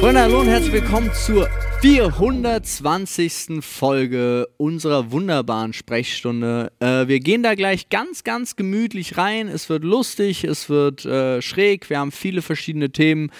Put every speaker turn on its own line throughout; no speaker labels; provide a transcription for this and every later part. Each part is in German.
Freunde, hallo und herzlich willkommen zur 420. Folge unserer wunderbaren Sprechstunde. Äh, wir gehen da gleich ganz, ganz gemütlich rein. Es wird lustig, es wird äh, schräg. Wir haben viele verschiedene Themen.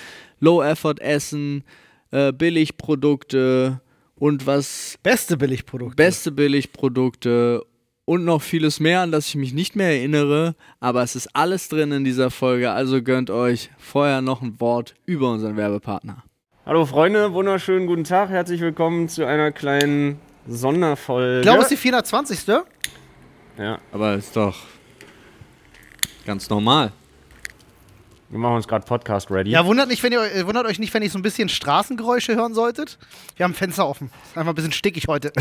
Low-Effort-Essen, äh, Billigprodukte und was
Beste Billigprodukt.
beste Billigprodukte und noch vieles mehr, an das ich mich nicht mehr erinnere. Aber es ist alles drin in dieser Folge, also gönnt euch vorher noch ein Wort über unseren Werbepartner.
Hallo Freunde, wunderschönen guten Tag, herzlich willkommen zu einer kleinen Sonderfolge.
ich glaube, es ist die 420.
ja,
Aber ist doch ganz normal.
wir machen uns gerade Podcast ready.
Ja, wundert, nicht, wenn ihr, äh, wundert euch nicht, wenn ihr so ein bisschen Straßengeräusche hören solltet. Wir haben Fenster offen. Ist einfach ein bisschen stickig heute.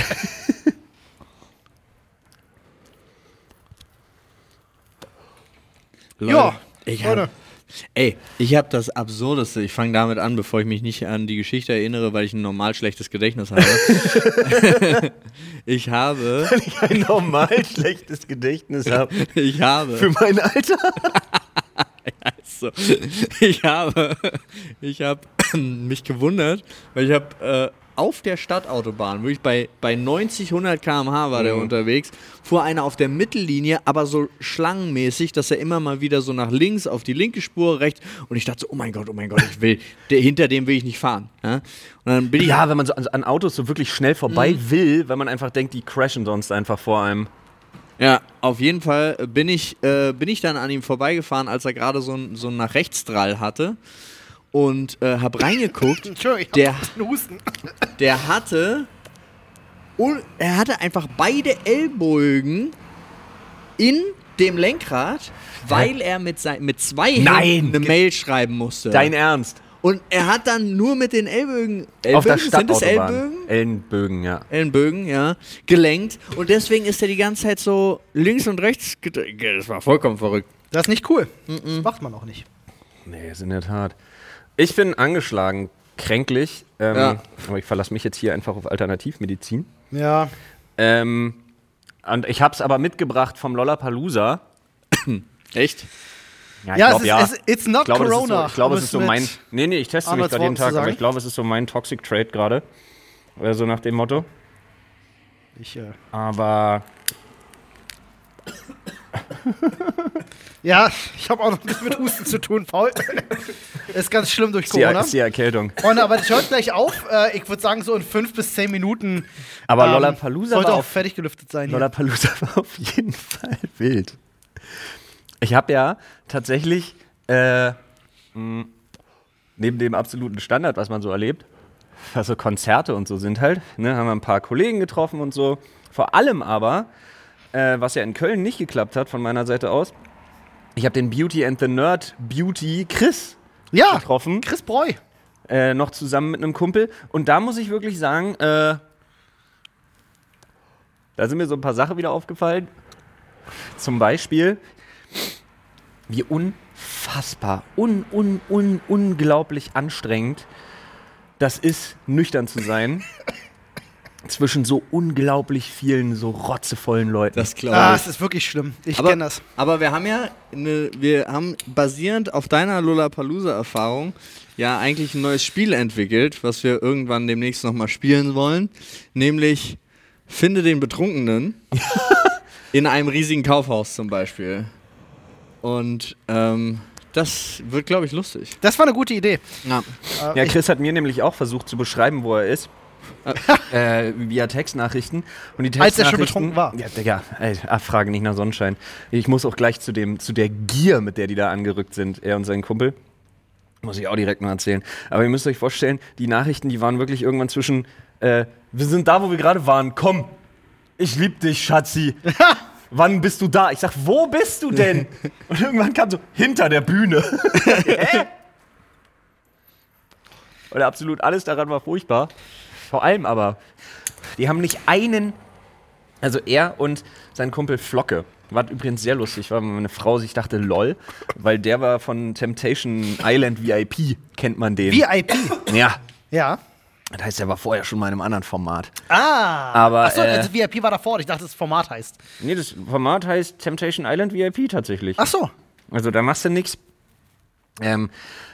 Ja,
ich
Freunde.
hab, ey, ich habe das Absurdeste. Ich fange damit an, bevor ich mich nicht an die Geschichte erinnere, weil ich ein normal schlechtes Gedächtnis habe. ich habe,
Ein normal schlechtes Gedächtnis habe.
ich habe.
mein Alter?
So. Ich habe, ich habe mich gewundert, weil ich habe äh, auf der Stadtautobahn, wirklich bei, bei 90, 100 km/h war der
Mhm.
unterwegs, fuhr einer auf der Mittellinie, aber so schlangenmäßig, dass er immer mal wieder so nach links auf die linke Spur, rechts. Und ich dachte so, oh mein Gott, oh mein Gott, ich will, der, hinter dem will ich nicht fahren. Ja? Und dann bin ich
Ja, wenn man so an, an Autos so wirklich schnell vorbei will, weil man einfach denkt, die crashen sonst einfach vor einem.
Ja, auf jeden Fall bin ich, äh, bin ich dann an ihm vorbeigefahren, als er gerade so einen so einen nach rechts Drall hatte und äh, hab reingeguckt.
Entschuldigung, ich hab
Der-
ein bisschen Husten.
Der hatte un- er hatte einfach beide Ellbogen in dem Lenkrad, weil er mit, sein, mit zwei
Nein!
Händen eine Mail schreiben musste.
Dein Ernst?
und er hat dann nur mit den Ellbögen, Ellbögen
Auf der
sind es
Stadtautobahn.
Ellbögen?
Ellenbögen, ja.
Ellenbögen, ja, gelenkt. Und deswegen ist er die ganze Zeit so links und rechts. gedreht. Das war vollkommen verrückt.
Das ist nicht cool. Das macht man auch nicht.
Nee, ist in der Tat. Ich bin angeschlagen, kränklich. Ähm,
Ja.
Aber ich verlasse mich jetzt hier einfach auf Alternativmedizin.
Ja.
Ähm, und ich hab's aber mitgebracht vom Lollapalooza.
Echt?
ich
Ja,
glaub,
es ist, es- it's not
Ich glaube, das ist
Corona.
so, ich glaube,
um
es ist so mein.
mit-
Nee, nee, ich teste mich
Arnold
gerade
Schwarzenegger
jeden Tag,
zu
aber
sagen.
ich glaube, es ist so mein Toxic Trade gerade. Oder so nach dem Motto.
Ich, äh,
Aber
ja, ich habe auch noch ein bisschen mit Husten zu tun, Paul. ist ganz schlimm durch
ist die,
Corona.
ist die Erkältung.
Freunde, aber das hört gleich auf. Äh, ich würde sagen, so in fünf bis zehn Minuten.
Aber
ähm,
Lollapalooza,
sollte
war
auch
auf,
fertig gelüftet sein. hier.
Lollapalooza war auf jeden Fall wild. Ich habe ja tatsächlich äh, mh, neben dem absoluten Standard, was man so erlebt, also Konzerte und so sind halt, ne, haben wir ein paar Kollegen getroffen und so. Vor allem aber, äh, was ja in Köln nicht geklappt hat von meiner Seite aus, ich habe den Beauty and the Nerd Beauty Chris
Ja,
getroffen,
Chris Breu.
äh, noch zusammen mit einem Kumpel. Und da muss ich wirklich sagen, äh, da sind mir so ein paar Sachen wieder aufgefallen. Zum Beispiel, wie unfassbar, un, un, un, unglaublich anstrengend das ist, nüchtern zu sein. zwischen so unglaublich vielen, so rotzevollen Leuten.
Das glaube ich.
Ah, es ist wirklich schlimm. Ich
aber,
kenne das.
aber wir haben ja, eine, wir haben basierend auf deiner Lollapalooza-Erfahrung ja eigentlich ein neues Spiel entwickelt, was wir irgendwann demnächst nochmal spielen wollen. Nämlich Finde den Betrunkenen in einem riesigen Kaufhaus zum Beispiel. Und ähm, das wird, glaube ich, lustig.
Das war eine gute Idee.
Ja.
Äh,
Ja,
ich,
Chris hat mir nämlich auch versucht zu beschreiben, wo er ist. äh, via Textnachrichten. Und die Textnachrichten,
Als er schon betrunken war.
Ja, Digga, ey, ach, frage nicht nach Sonnenschein. Ich muss auch gleich zu, dem, zu der Gier, mit der die da angerückt sind, er und sein Kumpel. Muss ich auch direkt mal erzählen. Aber ihr müsst euch vorstellen, die Nachrichten, die waren wirklich irgendwann zwischen, äh, wir sind da, wo wir gerade waren, komm, ich lieb dich, Schatzi. Wann bist du da? Ich sag, wo bist du denn? Und irgendwann kam so, hinter der Bühne. Hä? Und absolut alles daran war furchtbar. Vor allem aber, die haben nicht einen, also er und sein Kumpel Flocke. Was übrigens sehr lustig war, weil meine Frau sich dachte, lol, weil der war von Temptation Island VIP, kennt man den.
VIP.
Ja.
ja.
Das heißt, er war vorher schon mal in einem anderen Format.
Ah.
Aber,
Achso,
äh,
also VIP war davor. Ich dachte, das Format heißt.
Nee, das Format heißt Temptation Island VIP tatsächlich.
Achso.
Also da machst du nichts. Ähm,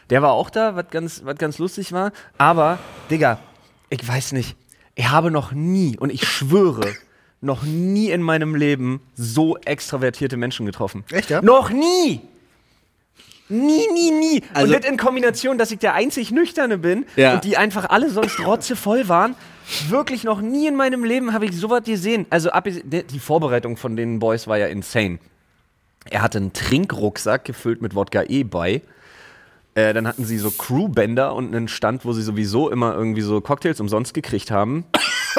der war auch da, was ganz, was ganz lustig war. Aber, Digga, ich weiß nicht, ich habe noch nie, und ich schwöre, noch nie in meinem Leben so extravertierte Menschen getroffen.
Echt, ja?
Noch nie! Nie, nie, nie.
Also-
und das in Kombination, dass ich der einzig Nüchterne bin
Ja.
und die einfach alle sonst rotzevoll waren. Wirklich noch nie in meinem Leben habe ich sowas gesehen. Also abgese- die die Vorbereitung von den Boys war ja insane. Er hatte einen Trinkrucksack gefüllt mit Wodka E bei. Äh, dann hatten sie so Crewbänder und einen Stand, wo sie sowieso immer irgendwie so Cocktails umsonst gekriegt haben.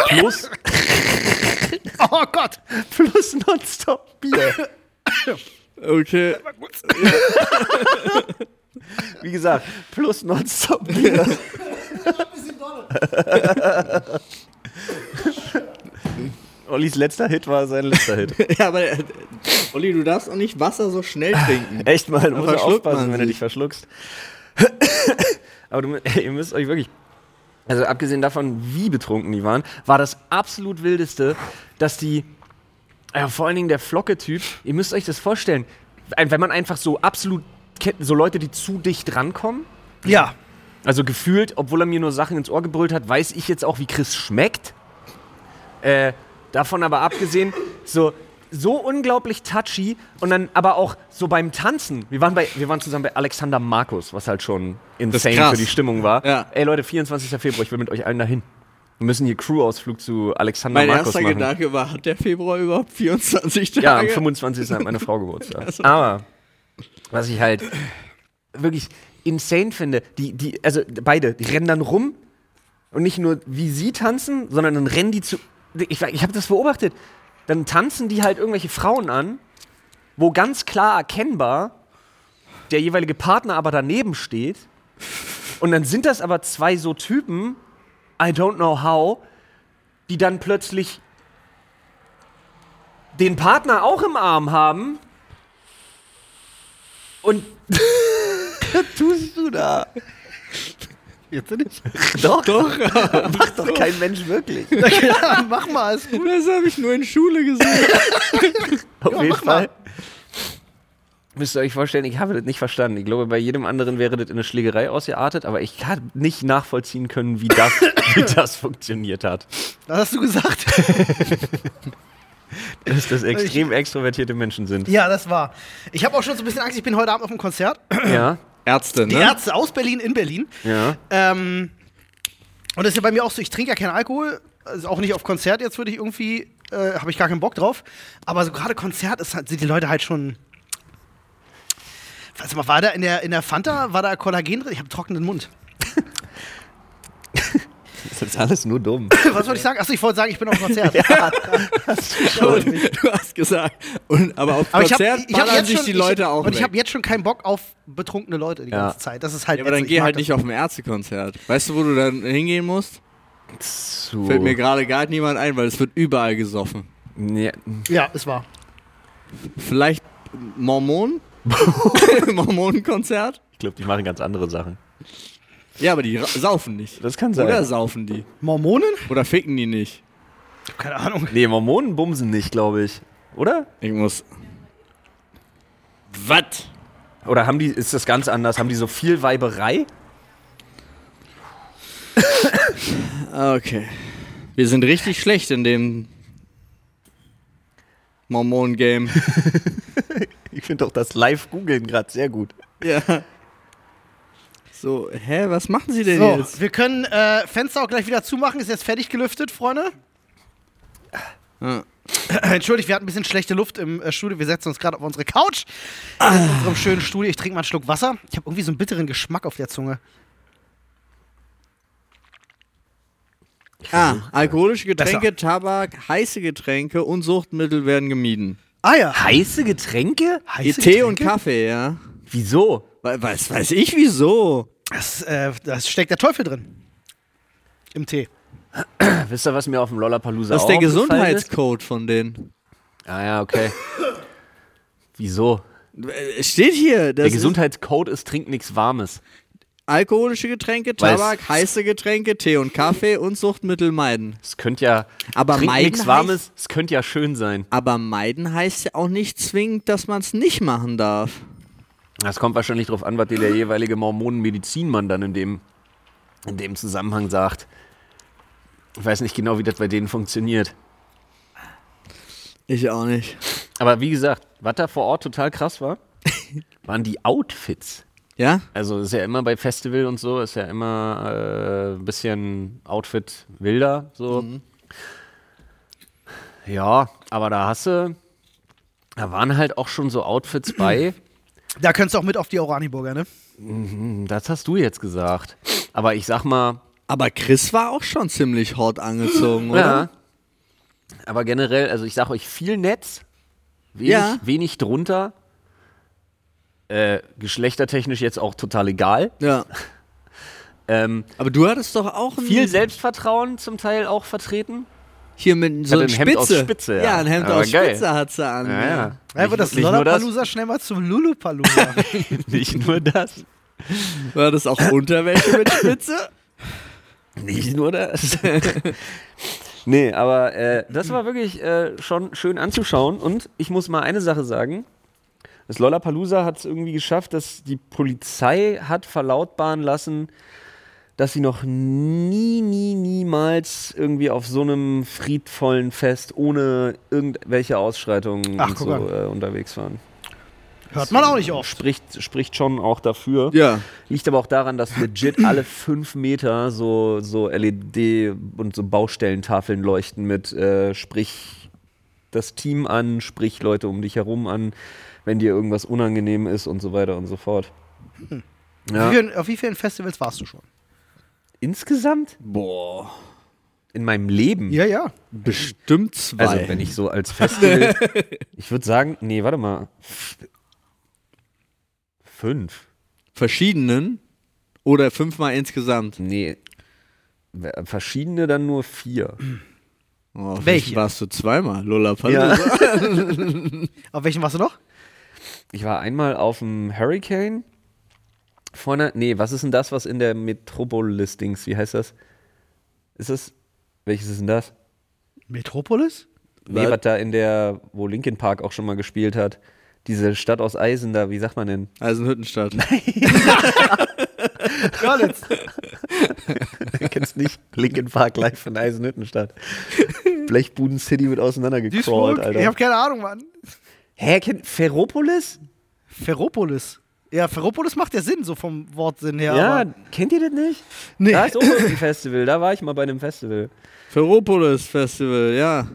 Plus,
Oh Gott!
plus nonstop Bier.
Okay.
Wie gesagt, plus nonstop Bier. Ollis letzter Hit war sein letzter Hit.
Ja, aber äh, Olli, du darfst auch nicht Wasser so schnell trinken.
Echt mal, du musst ja
verschluckt
aufpassen,
man
wenn du
sich.
dich verschluckst. Aber du, mu- ihr müsst euch wirklich. Also abgesehen davon, wie betrunken die waren, war das absolut wildeste, dass die, ja, vor allen Dingen der Flocke-Typ, ihr müsst euch das vorstellen, ein- wenn man einfach so absolut, kennt, so Leute, die zu dicht rankommen,
Ja.
also gefühlt, obwohl er mir nur Sachen ins Ohr gebrüllt hat, weiß ich jetzt auch, wie Chris schmeckt. Äh, davon aber abgesehen, so, so unglaublich touchy und dann aber auch so beim Tanzen. Wir waren, bei, wir waren zusammen bei Alexander Markus, was halt schon
ist
insane
krass.
für die Stimmung war.
Ja.
Ey Leute, 24. Februar, ich will mit euch allen dahin. Wir müssen hier Crew-Ausflug zu Alexander
Mein
Markus
erster
machen.
Gedanke war, hat der Februar überhaupt 24
Ja, am
Tage?
25. hat meine Frau Geburtstag. Aber was ich halt wirklich insane finde, die, die, also beide, die rennen dann rum und nicht nur wie sie tanzen, sondern dann rennen die zu. Ich, we- ich habe das beobachtet. Dann tanzen die halt irgendwelche Frauen an, wo ganz klar erkennbar der jeweilige Partner aber daneben steht. Und dann sind das aber zwei so Typen, I don't know how, die dann plötzlich den Partner auch im Arm haben. Und
Was tust du da?
Jetzt nicht.
doch, doch, macht doch kein Mensch wirklich.
ja, mach mal, ist gut.
Das habe ich nur in Schule gesehen.
Auf jeden
mach mal.
Fall. Müsst ihr euch vorstellen, ich habe das nicht verstanden. Ich glaube, bei jedem anderen wäre das in eine Schlägerei ausgeartet, aber ich kann nicht nachvollziehen können, wie das, wie das funktioniert hat.
Das hast du gesagt.
Dass das extrem extrovertierte Menschen sind.
Ja, das war. Ich habe auch schon so ein bisschen Angst, ich bin heute Abend auf dem Konzert.
Ja,
Ärzte,
Die
ne?
Ärzte aus Berlin in Berlin.
ja.
Ähm, und das ist ja bei mir auch so, ich trinke ja keinen Alkohol, also auch nicht auf Konzert jetzt würde ich irgendwie, äh, habe ich gar keinen Bock drauf. Aber so gerade Konzert ist, halt- sind die Leute halt schon. Warte mal, war da in der, in der Fanta, war da Kollagen drin? Ich habe trockenen Mund.
Das ist alles nur dumm.
Was wollte ich sagen? Achso, ich wollte sagen, ich bin auf dem Konzert.
Und du hast gesagt. Und, aber auf
Aber ich habe
Konzert
ich hab
ballern
jetzt
sich
schon,
die Leute
ich,
auch
Und
weg.
ich habe jetzt schon keinen Bock auf betrunkene Leute die
Ja.
ganze Zeit. Das ist halt.
ja, aber dann
ätzend.
geh
Ich mag
halt
das.
nicht auf ein Ärztekonzert. Weißt du, wo du dann hingehen musst?
So.
Fällt mir gerade gar niemand ein, weil es wird überall gesoffen.
Nee.
Ja, es war.
Vielleicht Mormonen? Mormonenkonzert?
Ich glaube, die machen ganz andere Sachen.
Ja, aber die ra- saufen nicht.
Das kann sein.
Oder saufen die.
Mormonen?
Oder ficken die nicht.
Keine Ahnung.
Nee, Mormonen bumsen nicht, glaube ich. Oder?
Ich muss. Was?
Oder haben die, ist das ganz anders? Haben die so viel Weiberei?
Okay. Wir sind richtig schlecht in dem Mormonen-Game.
Ich finde doch das Live-Googeln gerade sehr gut.
ja. So, hä, was machen sie denn
So,
jetzt?
wir können äh, Fenster auch gleich wieder zumachen. Ist jetzt fertig gelüftet, Freunde.
Ah.
Entschuldigt, wir hatten ein bisschen schlechte Luft im äh, Studio. Wir setzen uns gerade auf unsere Couch. In unserem schönen Studio. Ich trinke mal einen Schluck Wasser. Ich habe irgendwie so einen bitteren Geschmack auf der Zunge.
Ah, alkoholische
Besser.
Getränke, Tabak, heiße Getränke und Suchtmittel werden gemieden.
Ah ja.
Heiße Getränke?
Tee
Heiße
und
Getränke?
Kaffee, ja.
Wieso?
We- Was weiß ich wieso?
Das, äh, das steckt der Teufel drin. Im Tee.
Wisst ihr, was mir auf dem Lollapalooza
Das ist der
aufgefallen
Gesundheitscode von denen.
ist? Ah ja, okay. Wieso?
Äh, Steht hier,
Der
das ist
Gesundheitscode ist, trink nichts Warmes.
alkoholische Getränke,
Weil es-
Tabak, heiße Getränke, Tee und Kaffee und Suchtmittel meiden.
Es könnte ja,
Aber
trink
meiden
nichts Warmes, es könnte ja schön sein.
Aber meiden heißt ja auch nicht zwingend, dass man es nicht machen darf.
Das kommt wahrscheinlich darauf an, was dir der jeweilige Mormonenmedizinmann dann in dem, in dem Zusammenhang sagt. Ich weiß nicht genau, wie das bei denen funktioniert.
Ich auch nicht.
Aber wie gesagt, was da vor Ort total krass war, waren die Outfits.
Ja?
Also ist ja immer bei Festival und so, ist ja immer äh, ein bisschen Outfit wilder. So. Ja, aber da hast du, da waren halt auch schon so Outfits bei.
Da könntest du auch mit auf die Oraniburger, ne?
Das hast du jetzt gesagt. Aber ich sag mal,
Aber Chris war auch schon ziemlich hot angezogen,
ja.
oder?
Aber generell, also ich sag euch, viel Netz, wenig,
Ja.
wenig drunter. Äh, geschlechtertechnisch jetzt auch total egal.
Ja.
Ähm,
Aber du hattest doch auch ein
viel Selbstvertrauen zum Teil auch vertreten.
hier mit so
hatte
einer
ein Hemd aus
Spitze.
Spitze, ja.
ja. ein Hemd
Aber
aus
geil.
Spitze hat sie an.
Ja, wird das
nicht, nur das,
Lollapalooza schnell mal zum Lulupalooza.
nicht nur das.
War das auch Unterwäsche mit Spitze?
Nicht nur das. nee, aber äh, das war wirklich äh, schon schön anzuschauen. Und ich muss mal eine Sache sagen. Das Lollapalooza hat es irgendwie geschafft, dass die Polizei hat verlautbaren lassen, dass sie noch nie, nie, niemals irgendwie auf so einem friedvollen Fest ohne irgendwelche Ausschreitungen
Ach,
und
guck
so,
an.
äh, unterwegs waren.
Hört man auch nicht oft.
Spricht, spricht schon auch dafür.
Ja.
Liegt aber auch daran, dass legit alle fünf Meter so, so LED- und so Baustellentafeln leuchten mit äh, sprich das Team an, sprich Leute um dich herum an, wenn dir irgendwas unangenehm ist und so weiter und so fort.
Auf, Hm. wie
Ja.
vielen, auf wie vielen Festivals warst du schon?
Insgesamt
Boah.
in meinem Leben.
Ja, ja.
Bestimmt zwei.
Also wenn ich so als Festival, ich würde sagen, nee, warte mal, fünf.
Verschiedenen oder fünfmal insgesamt.
Nee, verschiedene dann nur vier.
Oh, auf
Welche?
Warst du zweimal? Lollapalooza.
Auf welchen warst du noch?
Ich war einmal auf dem Hurricane. Vorne, nee, was ist denn das, was in der Metropolis-Dings, wie heißt das? Ist das, welches ist denn das?
Metropolis?
Nee,
Was?
was da in der, wo Linkin Park auch schon mal gespielt hat. Diese Stadt aus Eisen da, wie sagt man denn?
Eisenhüttenstadt.
Görlitz.
Ich kenn's nicht. Linkin Park live in Eisenhüttenstadt. Blechbuden City wird auseinandergecrawlt,
Duisburg? Ich
Alter.
habe keine Ahnung, Mann.
Hä, kennt Ferropolis?
Ferropolis. Ja, Ferropolis macht ja Sinn, so vom Wortsinn her.
Ja,
aber-
kennt ihr das nicht?
Nee.
Da ist auch ein Festival, da war ich mal bei einem Festival.
Ferropolis Festival, ja.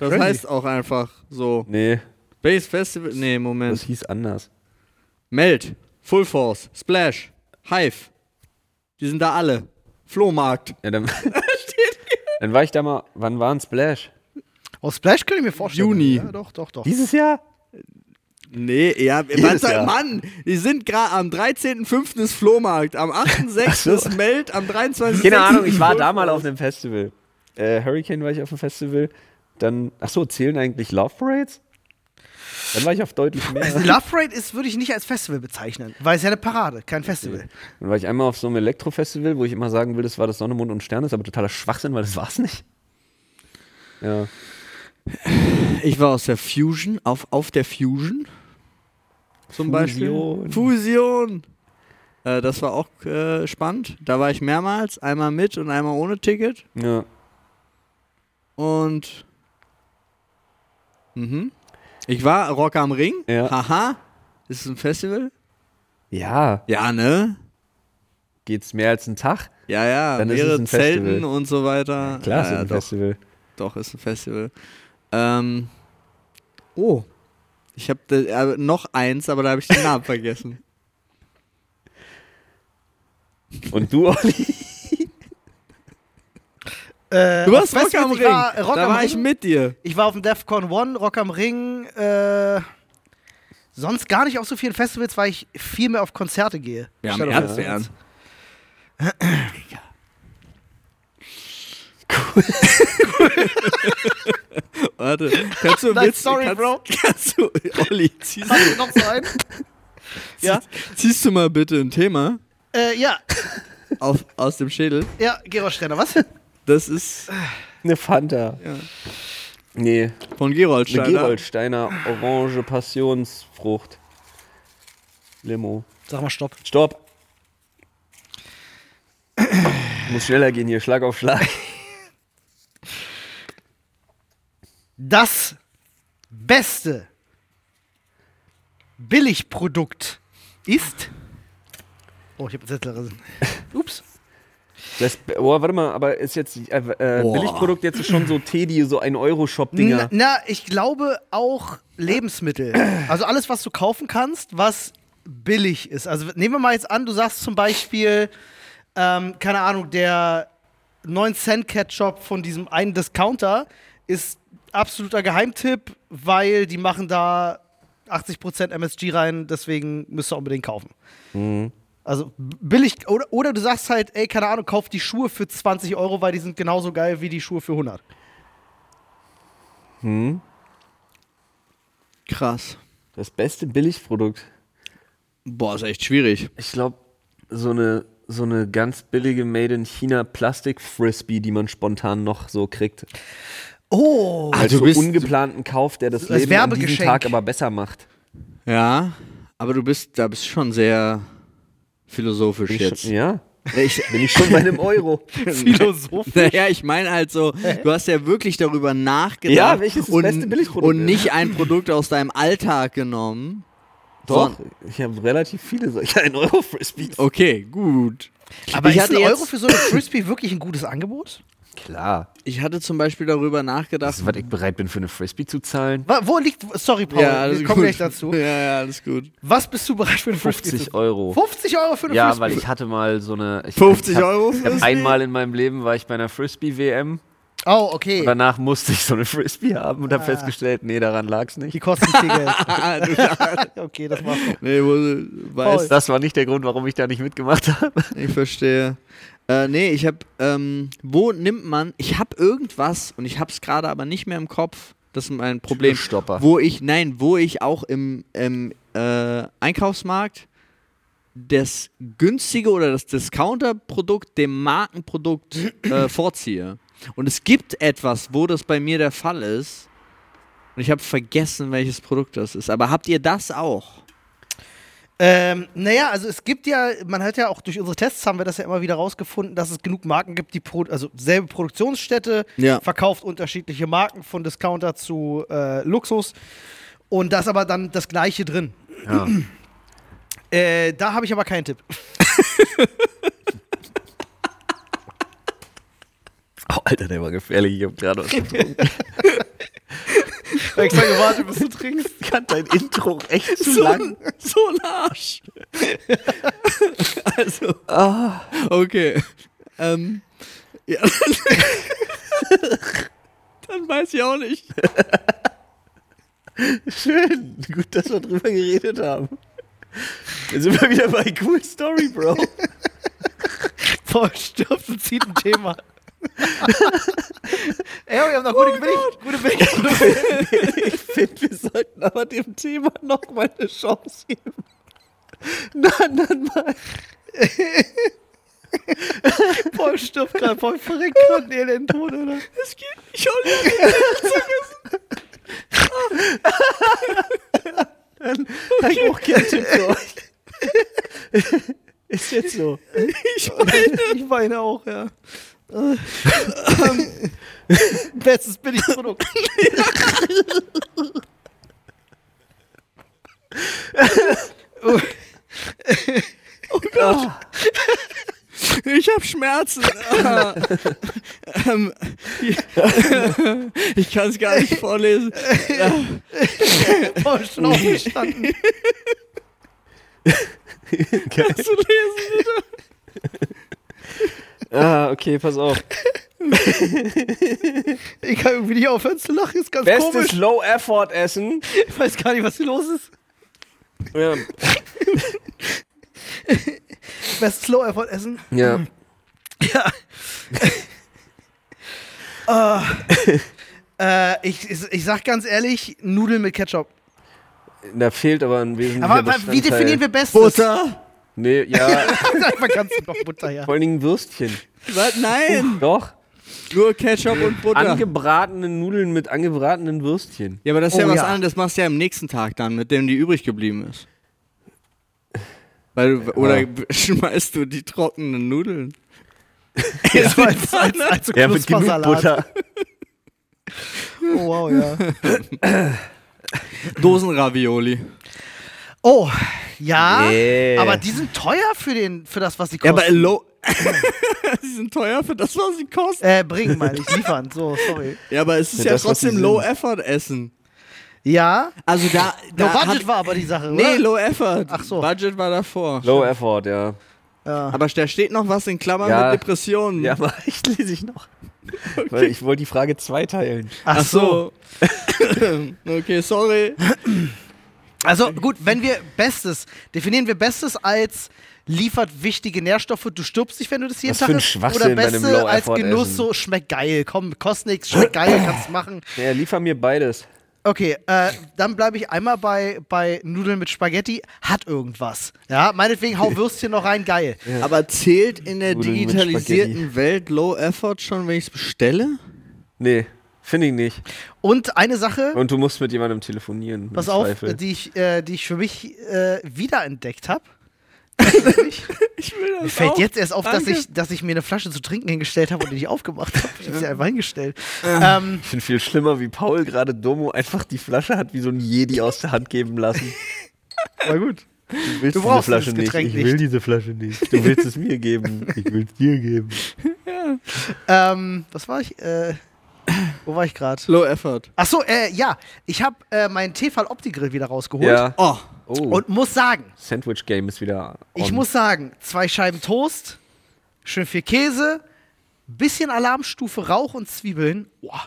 Das
Crazy.
heißt auch einfach so.
Nee,
Base Festival. Nee, Moment.
das hieß anders.
Meld, Full Force, Splash, Hive. Die sind da alle. Flohmarkt.
Ja, dann, dann war ich da mal, wann war ein Splash?
Aus Splash könnte ich mir vorstellen.
Juni.
Ja, doch, doch, doch.
Dieses Jahr?
Nee, ja,
Jedes
was soll-
Jahr.
Mann, die sind gerade am 13.05. ist Flohmarkt, am 8.06.
Ach
ist Meld, am 23.06.
Keine Ahnung, ich war
Full
da mal
Force.
auf einem Festival. Äh, Hurricane war ich auf dem Festival. Dann, ach so, zählen eigentlich Love Parades? Dann war ich auf deutlich
Also
mehr.
Love Parade ist, würde ich nicht als Festival bezeichnen, weil es ja eine Parade, kein Festival.
Dann war ich einmal auf so einem Elektro-Festival, wo ich immer sagen will, das war das Sonne, Mond und Sterne, ist aber totaler Schwachsinn, weil das war's nicht. Ja.
Ich war aus der Fusion, auf, auf der Fusion. Zum
Fusion.
Beispiel. Fusion. Äh, das war auch äh, spannend. Da war ich mehrmals, einmal mit und einmal ohne Ticket.
ja.
Und mhm. ich war Rock am Ring.
Ja.
Haha. Ist es ein Festival?
Ja,
Ja, ne?
geht's mehr als einen Tag?
Ja, ja.
Dann ist
mehrere
es ein
Zelten
Festival.
und so weiter.
Klar,
ja,
ist
ja,
ein
doch,
Festival.
doch, ist ein Festival. Ähm, oh. Ich habe äh, noch eins, aber da habe ich den Namen vergessen.
Und du, Olli?
Äh,
Du
auf
warst Rock am
Festivals,
Ring.
ich War, äh, Rock
da
am
war
Ring.
ich mit dir.
Ich war auf dem Defcon One, Rock am Ring, äh, sonst gar nicht auf so vielen Festivals, weil ich viel mehr auf Konzerte gehe.
Ja, im
Statt auf
Ernst,
Festivals.
Warte, kannst du
Nein,
Witz,
sorry,
kannst,
Bro.
Kannst du, Olli, ziehst,
Hast du noch so einen? ja?
ziehst du mal bitte ein Thema
Äh, ja,
auf, aus dem Schädel?
ja, Gerold Strenner, was?
Das ist
Eine Fanta.
Ja.
Nee,
von Gerold
eine
Steiner.
Geroldsteiner Orange Passionsfrucht. Limo.
Sag mal Stopp.
Stopp! Muss schneller gehen hier, Schlag auf Schlag.
Das beste Billigprodukt ist. Oh, ich habe jetzt letztere. Ups.
Das, boah, warte mal, aber ist jetzt äh, äh,
Boah.
Billigprodukt jetzt schon so Teddy, so ein Euro-Shop-Dinger?
Na, na, ich glaube auch Lebensmittel. Also alles, was du kaufen kannst, was billig ist. Also nehmen wir mal jetzt an, du sagst zum Beispiel, ähm, keine Ahnung, der 9-Cent-Ketchup von diesem einen Discounter ist absoluter Geheimtipp, weil die machen da 80% MSG rein, deswegen müsst ihr unbedingt kaufen. Also b- billig, oder, oder du sagst halt, ey, keine Ahnung, kauf die Schuhe für 20 Euro, weil die sind genauso geil wie die Schuhe für 100.
Krass.
Das beste Billigprodukt.
Boah, ist echt schwierig.
Ich glaube, so eine, so eine ganz billige Made in China Plastik-Frisbee, die man spontan noch so kriegt. Ah,
Oh!
Ach,
Als
du
so
bist-
ungeplanten Kauf, der das
als
Leben an diesem
Werbegeschenk.
Tag aber besser macht.
Ja, aber du bist, da bist schon sehr philosophisch jetzt.
Ja. Ich bin ich schon bei einem Euro.
Philosoph.
Naja, ich meine halt so, du hast ja wirklich darüber nachgedacht
Ja, welches das
und,
beste Billigprodukt
und
ist.
nicht ein Produkt aus deinem Alltag genommen.
Doch, Oh,
Son-
ich habe relativ viele solche 1 Euro Frisbees.
Okay, gut.
Aber
ich
ist
hatte
ein Euro
jetzt-
für so eine Frisbee wirklich ein gutes Angebot?
Klar.
Ich hatte zum Beispiel darüber nachgedacht.
Das ist, was ich bereit bin für eine Frisbee zu zahlen.
Wa- Wo liegt. Sorry, Paul,
alles
wir kommen
also gut.
gleich dazu.
Ja, ja, alles gut.
Was bist du bereit für eine Frisbee?
50
zu-
Euro.
50 Euro für eine
Ja,
Frisbee.
weil ich hatte mal so eine. Ich,
50
ich hab,
Euro
Ich hab
Frisbee?
einmal in meinem Leben war ich bei einer Frisbee-WM.
oh, okay.
Danach musste ich so eine Frisbee haben und habe festgestellt, nee, daran lag's nicht.
Die kosten viel Geld.
Ah, du,
Okay, das war's. doch.
nee, wo, weiß,
Das war nicht der Grund, warum ich da nicht mitgemacht habe.
ich verstehe. Äh, nee, ich hab, ähm, wo nimmt man, ich hab irgendwas und ich hab's gerade aber nicht mehr im Kopf, das ist mein Problem,
Türstopper.
wo ich, nein, wo ich auch im, im äh, Einkaufsmarkt das günstige oder das Discounter-Produkt dem Markenprodukt äh, vorziehe. Und es gibt etwas, wo das bei mir der Fall ist. Und ich habe vergessen, welches Produkt das ist. Aber habt ihr das auch?
Ähm, naja, also es gibt ja, man hat ja auch durch unsere Tests haben wir das ja immer wieder rausgefunden, dass es genug Marken gibt, die pro, also selbe Produktionsstätte
Ja.
verkauft unterschiedliche Marken von Discounter zu äh, Luxus und da ist aber dann das gleiche drin.
Ja.
Äh, da habe ich aber keinen Tipp.
Oh, Alter, der war gefährlich. Ich hab gerade was getrunken.
Ich hab extra gewartet, bis du trinkst.
Ich fand dein Intro echt zu
so,
lang.
ein- so ein Arsch. also, okay. Ähm, ja. Dann weiß ich auch nicht.
Schön. Gut, dass wir drüber geredet haben. Dann sind wir wieder bei Cool Story, Bro.
Paul stirbt und zieht ein Thema. Oh Ey, wir haben noch gute Billig- gute Billig.
Ich finde, wir sollten aber dem Thema nochmal eine Chance geben. Nein, nein, nein.
Paul stirbt gerade, Paul verreckt gerade nee, den Tod, oder?
Es geht nicht. Auch nicht.
Hab ich auch keinen Tipp für euch. Ist jetzt so.
Ich weine. Ich weine auch, ja. Äh, ähm, Bestes Billigprodukt.
Ah,
Ich habe Schmerzen. Ah. ähm, ich kann es gar nicht vorlesen.
Paul ist schon aufgestanden.
okay.
Zu lesen.
ah, okay, pass auf.
Ich kann irgendwie nicht aufhören zu lachen, ist ganz
Bestes
komisch.
Low-Effort-Essen.
Ich weiß gar nicht, was hier los ist.
Ja.
Bestes Low Effort Essen.
ja.
Ja. Ah. äh, ich, ich, ich sag ganz ehrlich, Nudeln mit Ketchup.
Da fehlt aber ein wesentlicher
Aber wa- wie
Bestandteil.
definieren wir Bestes?
Butter.
Nee, ja,
Einfach ganz noch Butter, ja.
vor allen Dingen Würstchen.
Was? Nein.
Doch.
Nur Ketchup und Butter.
Angebratene Nudeln mit angebratenen Würstchen.
Ja, aber das ist
Oh
ja was
ja.
anderes. Das machst du ja am nächsten Tag dann, mit dem die übrig geblieben ist. Weil, Oder schmeißt du die trockenen Nudeln?
Ja, so als, als, als so
Ja, mit genug
Knuspersalat.
Butter.
Oh, wow, ja.
Dosenravioli.
Oh, ja.
Yeah.
Aber die sind teuer für, den, für das, was sie
Ja,
kosten.
aber low. die sind teuer für das, was sie kosten.
äh, bringen, meine ich. Liefern, so, sorry.
Ja, aber es ist
Für
ja,
das, was sie
trotzdem
sind.
Low-Effort-Essen.
Ja.
Also da.
No
da
Budget
hab-
war aber die Sache,
Nee,
oder?
Low-Effort.
Ach so.
Budget war davor.
Low Effort, ja.
ja.
Aber da steht noch was in Klammern
Ja.
mit Depressionen.
Ja, aber Hm. ich lese ich noch. Weil ich wollte die Frage zweiteilen.
Ach so. okay, sorry.
Also gut, wenn wir Bestes, definieren wir Bestes als liefert wichtige Nährstoffe, du stirbst nicht, wenn du das jeden
Was
Tag
für ein
isst. Oder
Schwachsinn bei einem
Beste als
Low-Effort-Essen.
Genuss, so schmeckt geil, komm, kostet nichts, schmeckt geil, kannst machen.
Ja, liefer mir beides.
Okay, äh, dann bleibe ich einmal bei, bei Nudeln mit Spaghetti, hat irgendwas. Ja, meinetwegen hau Würstchen noch rein, geil.
Aber zählt in der
Nudeln mit
digitalisierten Welt Low Effort schon, wenn ich es bestelle?
Nee, finde ich nicht.
Und eine Sache,
Und du musst mit jemandem telefonieren. im
pass auf,
Zweifel.
die ich, äh, die ich für mich äh, wiederentdeckt habe.
Ich will das
Mir fällt jetzt erst auf, dass
danke.
ich, dass ich mir eine Flasche zu trinken hingestellt habe und die nicht aufgemacht habe. Ich habe sie einfach hingestellt. ähm,
Ich finde viel schlimmer, wie Paul gerade Domo einfach die Flasche hat wie so ein Jedi aus der Hand geben lassen.
war gut.
Du, willst
Du brauchst dieses Getränk
Ich will
nicht.
diese Flasche nicht. Du willst es mir geben. Ich will es dir geben.
Ähm, was war ich? Äh, wo war ich gerade?
Low Effort.
Achso, äh, ja. Ich habe äh, meinen Tefal Opti-Grill wieder rausgeholt.
Ja.
Oh,
Oh,
Und muss sagen,
Sandwich Game ist wieder.
ich
on.
muss sagen, zwei Scheiben Toast, schön viel Käse, bisschen Alarmstufe Rauch und Zwiebeln. Boah.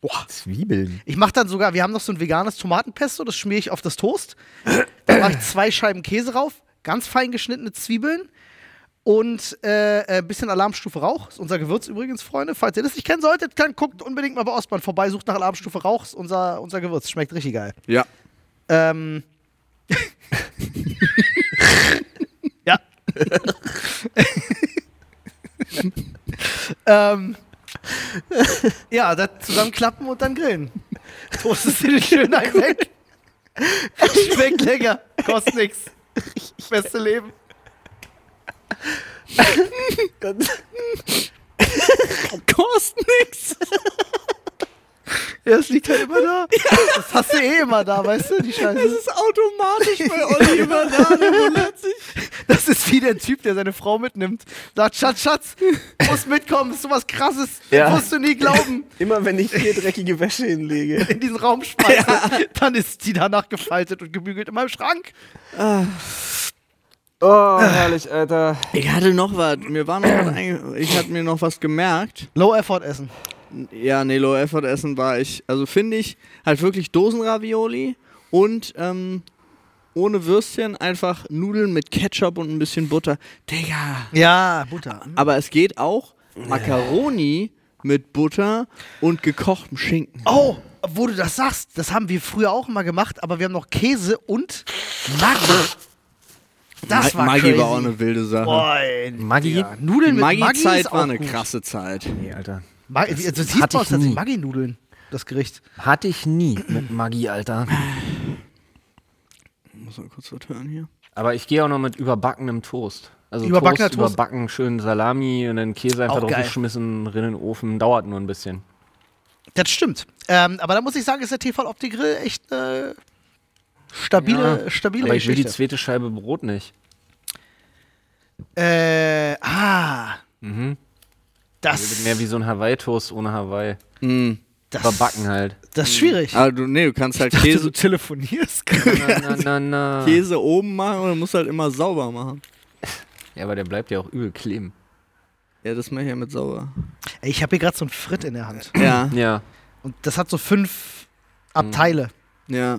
Boah.
Zwiebeln.
Ich mache dann sogar, wir haben noch so ein veganes Tomatenpesto, das schmiere ich auf das Toast. Da mache ich zwei Scheiben Käse rauf, ganz fein geschnittene Zwiebeln und äh, ein bisschen Alarmstufe Rauch. Ist unser Gewürz übrigens, Freunde. Falls ihr das nicht kennen solltet, dann guckt unbedingt mal bei Ostbahn vorbei, sucht nach Alarmstufe Rauch. Ist unser, unser Gewürz. Schmeckt richtig geil.
ja.
Ähm. ja. ähm. Ja, das zusammenklappen und dann grillen. Toastest du den schön einen weg. Schmeckt lecker, kostet nix. Beste Leben.
Kostet nichts.
Ja, das liegt halt immer da. Das hast du eh immer da, weißt du, die
Es
Scheiße.
ist automatisch bei Olli immer da. der wundert sich.
Das ist wie der Typ, der seine Frau mitnimmt. Sagt, Schatz, Schatz, musst mitkommen, ist sowas krasses.
Ja.
Musst du nie glauben.
Immer wenn ich hier dreckige Wäsche hinlege.
in diesen Raum schmeiße, dann ist die danach gefaltet und gebügelt in meinem Schrank.
Oh, herrlich, Alter.
Ich hatte noch was. Mir war noch was einge- Ich hatte mir noch was gemerkt.
Low Effort essen.
Ja, nee, Low Effort Essen war ich. Also finde ich halt wirklich Dosenravioli und ähm, ohne Würstchen einfach Nudeln mit Ketchup und ein bisschen Butter. Digga.
Ja, Butter.
Aber es geht auch Macaroni mit Butter und gekochtem Schinken.
Oh, wo du das sagst, das haben wir früher auch immer gemacht, aber wir haben noch Käse und Maggi. Das
Ma-
war
Maggi
crazy.
war auch eine wilde Sache.
Boy.
Maggi?
Ja, Nudeln
Die
mit Maggi ist
Maggi-Zeit
auch
war eine
gut.
krasse Zeit.
Nee, Alter.
Maggi, also das hieß
hatte
bei uns
ich
tatsächlich
nie.
Maggi-Nudeln, das Gericht.
Hatte ich nie mit Maggi, Alter.
Muss mal kurz was hören hier.
Aber ich gehe auch noch mit überbackenem Toast. Also
Überbackener
Toast,
Toast.
überbacken, schön Salami und dann Käse
Auch
einfach
geil.
draufgeschmissen, rein in den Ofen. Dauert nur ein bisschen.
Das stimmt. Ähm, aber da muss ich sagen, ist der TV Opti Grill echt eine stabile, stabile
Aber ich will die
Geschichte.
zweite Scheibe Brot nicht.
Äh, ah.
Ich will
Das,
Mhm. Mehr wie so ein Hawaii-Toast ohne Hawaii.
das,
Überbacken halt.
das ist schwierig.
Aber du, nee, du kannst halt Käse,
telefonierst.
Na, na, na, na.
Käse oben machen und du musst halt immer sauber machen.
Ja, aber der bleibt ja auch übel kleben.
Ja, das mache ich ja mit sauber.
Ey, ich habe hier gerade so einen Fritt in der Hand.
Ja,
Ja.
Und das hat so fünf
Mhm.
Abteile.
ja.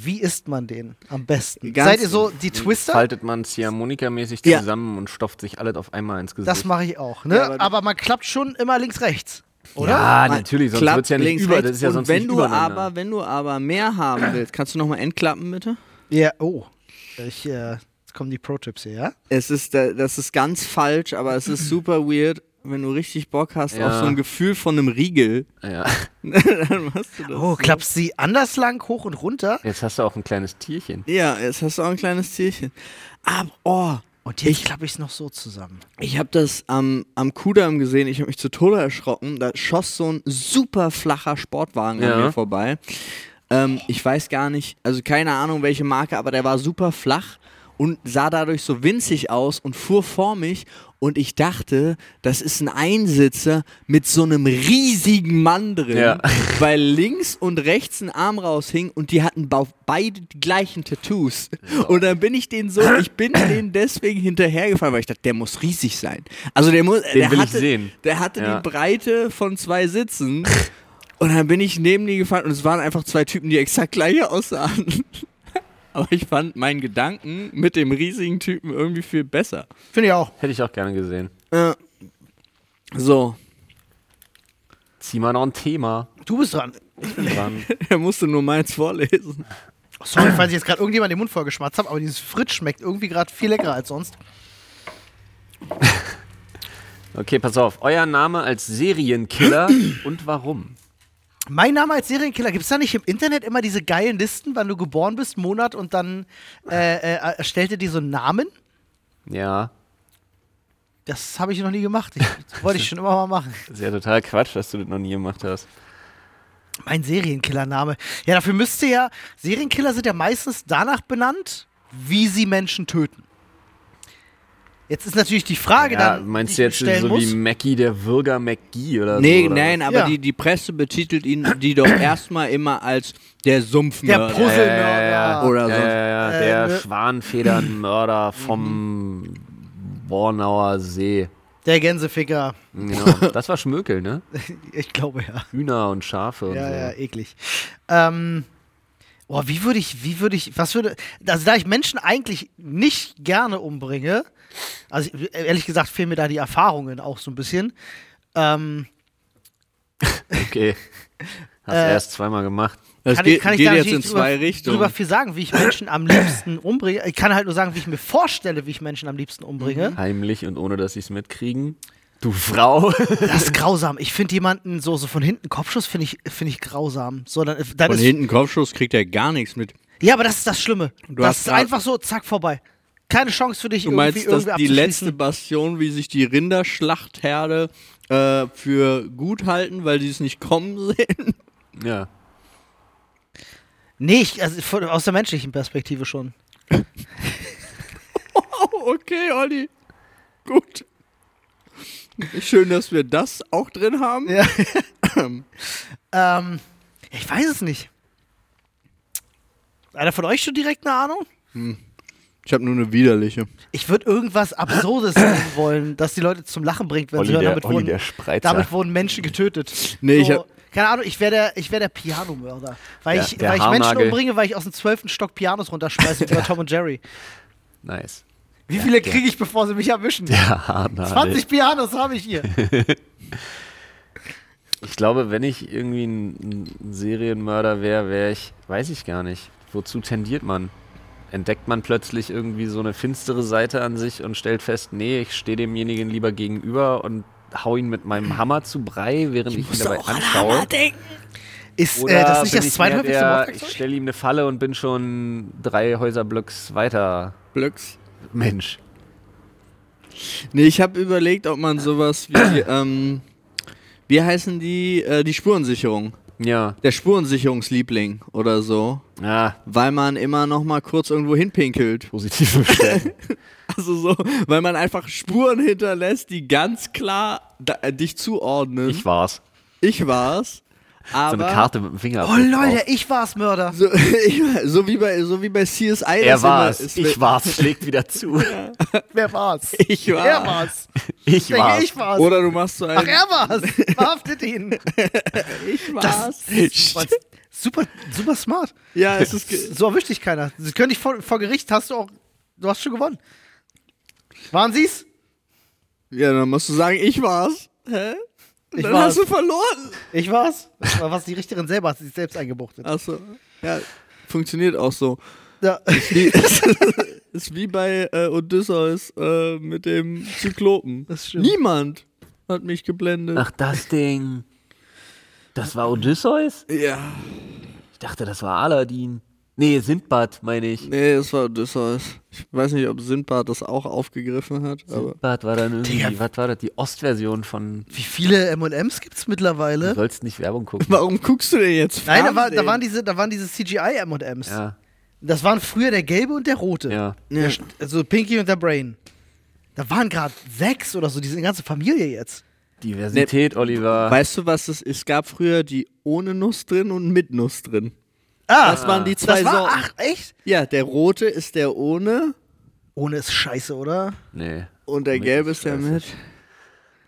Wie isst man den am besten?
Ganz-
Seid ihr so die Twister?
Faltet man Ziehharmonika-mäßig
Ja.
zusammen und stopft sich alles auf einmal ins Gesicht.
Das mache ich auch. Ne?
Ja, aber-
aber, man klappt schon immer links, rechts. Oder?
ja, Ah, natürlich, sonst
Klappt
wird es ja nicht
links,
über. ne?
rechts.
Das ist ja
und
sonst
wenn
nicht
du
übereinander.
aber, wenn du aber mehr haben willst, kannst du nochmal entklappen, bitte?
Ja, oh. Ich, äh, jetzt kommen die Pro-Tipps hier, ja?
Es ist, äh, das ist ganz falsch, aber es ist super weird. wenn du richtig Bock hast auf
Ja.
so ein Gefühl von einem Riegel,
Ja.
dann machst du das.
Oh, klappst sie anders lang hoch und runter?
Jetzt hast du auch ein kleines Tierchen.
Ja, jetzt hast du auch ein kleines Tierchen. Aber, oh,
Und jetzt klappe ich es noch so zusammen.
Ich habe das am, am Kudamm gesehen, ich habe mich zu Tode erschrocken. Da schoss so ein super flacher Sportwagen
Ja.
an mir vorbei. Ähm, ich weiß gar nicht, also keine Ahnung welche Marke, aber der war super flach und sah dadurch so winzig aus und fuhr vor mich und ich dachte, das ist ein Einsitzer mit so einem riesigen Mann drin,
Ja.
weil links und rechts ein Arm raushing und die hatten bau- beide die gleichen Tattoos. Und dann bin ich den so, ich bin den deswegen hinterhergefahren, weil ich dachte, der muss riesig sein. Also der muss, der
will ich
hatte,
sehen.
der hatte
Ja.
die Breite von zwei Sitzen. Und dann bin ich neben die gefahren und es waren einfach zwei Typen, die exakt gleich aussahen. Aber ich fand meinen Gedanken mit dem riesigen Typen irgendwie viel besser.
Finde ich auch.
Hätte ich auch gerne gesehen.
Äh, so,
Zieh mal noch ein Thema
Du bist dran.
dran.
er musste nur meins vorlesen.
Sorry, falls ich jetzt gerade irgendjemand den Mund vollgeschmatzt habe, aber dieses Fritz schmeckt irgendwie gerade viel leckerer als sonst.
Okay, pass auf. Euer Name als Serienkiller und warum?
Mein Name als Serienkiller, gibt es da nicht im Internet immer diese geilen Listen, wann du geboren bist, Monat und dann äh, äh, erstellt ihr dir so einen Namen?
Ja,
Das habe ich noch nie gemacht. Ich, das wollte ich schon immer mal machen.
ist ja total Quatsch, dass du das noch nie gemacht hast.
Mein Serienkillername. Ja, dafür müsste ja. Serienkiller sind ja meistens danach benannt, wie sie Menschen töten. Jetzt ist natürlich die Frage
Ja,
dann.
meinst
die
du jetzt
ich stellen
so
muss,
wie Mackie, der Würger McGee oder so?
Nee,
Also, oder
nein, aber
Ja.
die, die Presse betitelt ihn die doch erstmal immer als der
Der
Sumpfmörder.
Puzzlemörder.
ja,
oder
ja,
so.
ja, ja, der
Äh, ne.
Schwanfedernmörder vom Bornauer See.
Der Gänseficker.
Genau. Das war Schmökel, ne?
Ich glaube ja.
Hühner und Schafe und
Ja,
so.
ja, eklig. Ähm, boah, wie würde ich, wie würde ich, was würde, also da ich Menschen eigentlich nicht gerne umbringe, also ich- ehrlich gesagt fehlen mir da die Erfahrungen auch so ein bisschen. Ähm,
Okay. Hast
Äh,
erst zweimal gemacht.
Das
kann
geht,
ich, kann ich
geht
da
jetzt
nicht
in zwei
drüber,
Richtungen.
drüber viel sagen, wie ich Menschen am liebsten umbringe. Ich kann halt nur sagen, wie ich mir vorstelle, wie ich Menschen am liebsten
Mhm.
umbringe.
Heimlich und ohne, dass sie es mitkriegen. Du Frau.
Das ist grausam. Ich finde jemanden so, so von hinten Kopfschuss finde ich, finde ich grausam. So, dann, äh, dann
Von
ist,
hinten Kopfschuss kriegt er gar nichts mit.
Ja, aber das ist das Schlimme.
Du
das
hast
ist
grad-
einfach so, zack, vorbei. Keine Chance für dich,
Du meinst,
irgendwie,
dass
irgendwie
die letzte
abzuschließen.
Bastion, wie sich die Rinderschlachtherde äh, für gut halten, weil sie es nicht kommen sehen?
Ja.
Nee, ich, also von, aus der menschlichen Perspektive schon.
Oh, okay, Olli. Gut. Schön, dass wir das auch drin haben.
Ja. ähm, ich weiß es nicht. Einer von euch schon direkt eine Ahnung?
Ich habe nur eine widerliche.
Ich würde irgendwas Absurdes nehmen wollen, das die Leute zum Lachen bringt, wenn
Olli,
sie hören,
der-
damit,
Olli, der
wurden,
Spreizer.
damit wurden Menschen getötet.
Nee, ich
so,
hab-
keine Ahnung, ich wäre der, ich wär der Pianomörder. Weil
Ja,
ich,
der
weil ich Menschen
Haarnagel.
umbringe, weil ich aus dem zwölften Stock Pianos runterschmeiße, wie bei Tom und Jerry.
Nice.
Wie viele kriege ich, bevor sie mich erwischen?
Ja, na,
20 Pianos habe ich hier.
Ich glaube, wenn ich irgendwie ein, ein Serienmörder wäre, wäre ich, weiß ich gar nicht. Wozu tendiert man? Entdeckt man plötzlich irgendwie so eine finstere Seite an sich und stellt fest, nee, ich stehe demjenigen lieber gegenüber und hau ihn mit meinem Hammer zu Brei, während ich, ihn dabei anschaue.
Ist
Oder
äh, das nicht das
bin ich mehr
zweithäufigste
der, Ich
Mordwerkzeug?
stelle ihm eine Falle und bin schon drei Häuserblocks weiter.
Blöcks.
Mensch.
Nee, ich habe überlegt, ob man sowas wie, ähm, wie heißen die, äh, die Spurensicherung.
Ja.
Der Spurensicherungsliebling oder so.
Ja,
Weil man immer noch mal kurz irgendwo hinpinkelt.
positiv bestätigt.
Also so, weil man einfach Spuren hinterlässt, die ganz klar da, äh, dich zuordnen.
ich war's.
Ich war's.
So
Aber
eine Karte mit dem Finger.
Oh Leute, ich war's Mörder.
So, ich, so, wie bei, so wie bei CSI.
Er
das
war's.
Immer, ist-
ich war's. Schlägt wieder zu.
Wer war's?
Ich war.
Er war's.
Ich
Ich denke,
war's.
ich war's.
Oder du machst so einen.
Ach, er war's. Verhaftet ihn.
ich
Das super, super smart.
ja, es ist. ge-
So erwischt dich keiner. Sie können dich vor, vor Gericht, hast du auch, du hast schon gewonnen. Waren sie's?
Ja, dann musst du sagen, ich war's. Hä?
Ich
dann
war's.
hast du verloren.
Ich war's. Aber was die Richterin selber hat, sie sich selbst eingebuchtet.
Achso. Ja, funktioniert auch so.
Ja.
Wie, ist, ist wie bei äh, Odysseus äh, mit dem Zyklopen.
Das stimmt.
Niemand hat mich geblendet.
Ach, das Ding. Das war Odysseus?
Ja.
Ich dachte, das war Aladdin. Nee, Sindbad, meine ich.
Nee, das war Odysseus. Ich weiß nicht, ob Sindbad das auch aufgegriffen hat, aber.
Sindbad war dann irgendwie, was war das? Die Ostversion von.
Wie viele MMs gibt's
Du
Ne?
mittlerweile?
sollst nicht Werbung gucken.
Warum guckst du denn jetzt?
Nein, da, war, da,
Fernsehen?
waren diese, da waren diese CGI-MMs.
Ja,
Das waren früher der gelbe und der rote.
ja.
Ja.
Also Pinky und der Brain. Da waren gerade sechs oder so, diese ganze Familie jetzt.
Diversität, Oliver.
Weißt du, was es Es gab früher die ohne Nuss drin und mit Nuss drin.
Ah,
Das waren die zwei
das war,
Sorten.
ach, echt?
Ja, der rote ist der ohne
Ohne ist scheiße, oder?
Nee.
und der
Mit
gelbe
ist
ist der mit.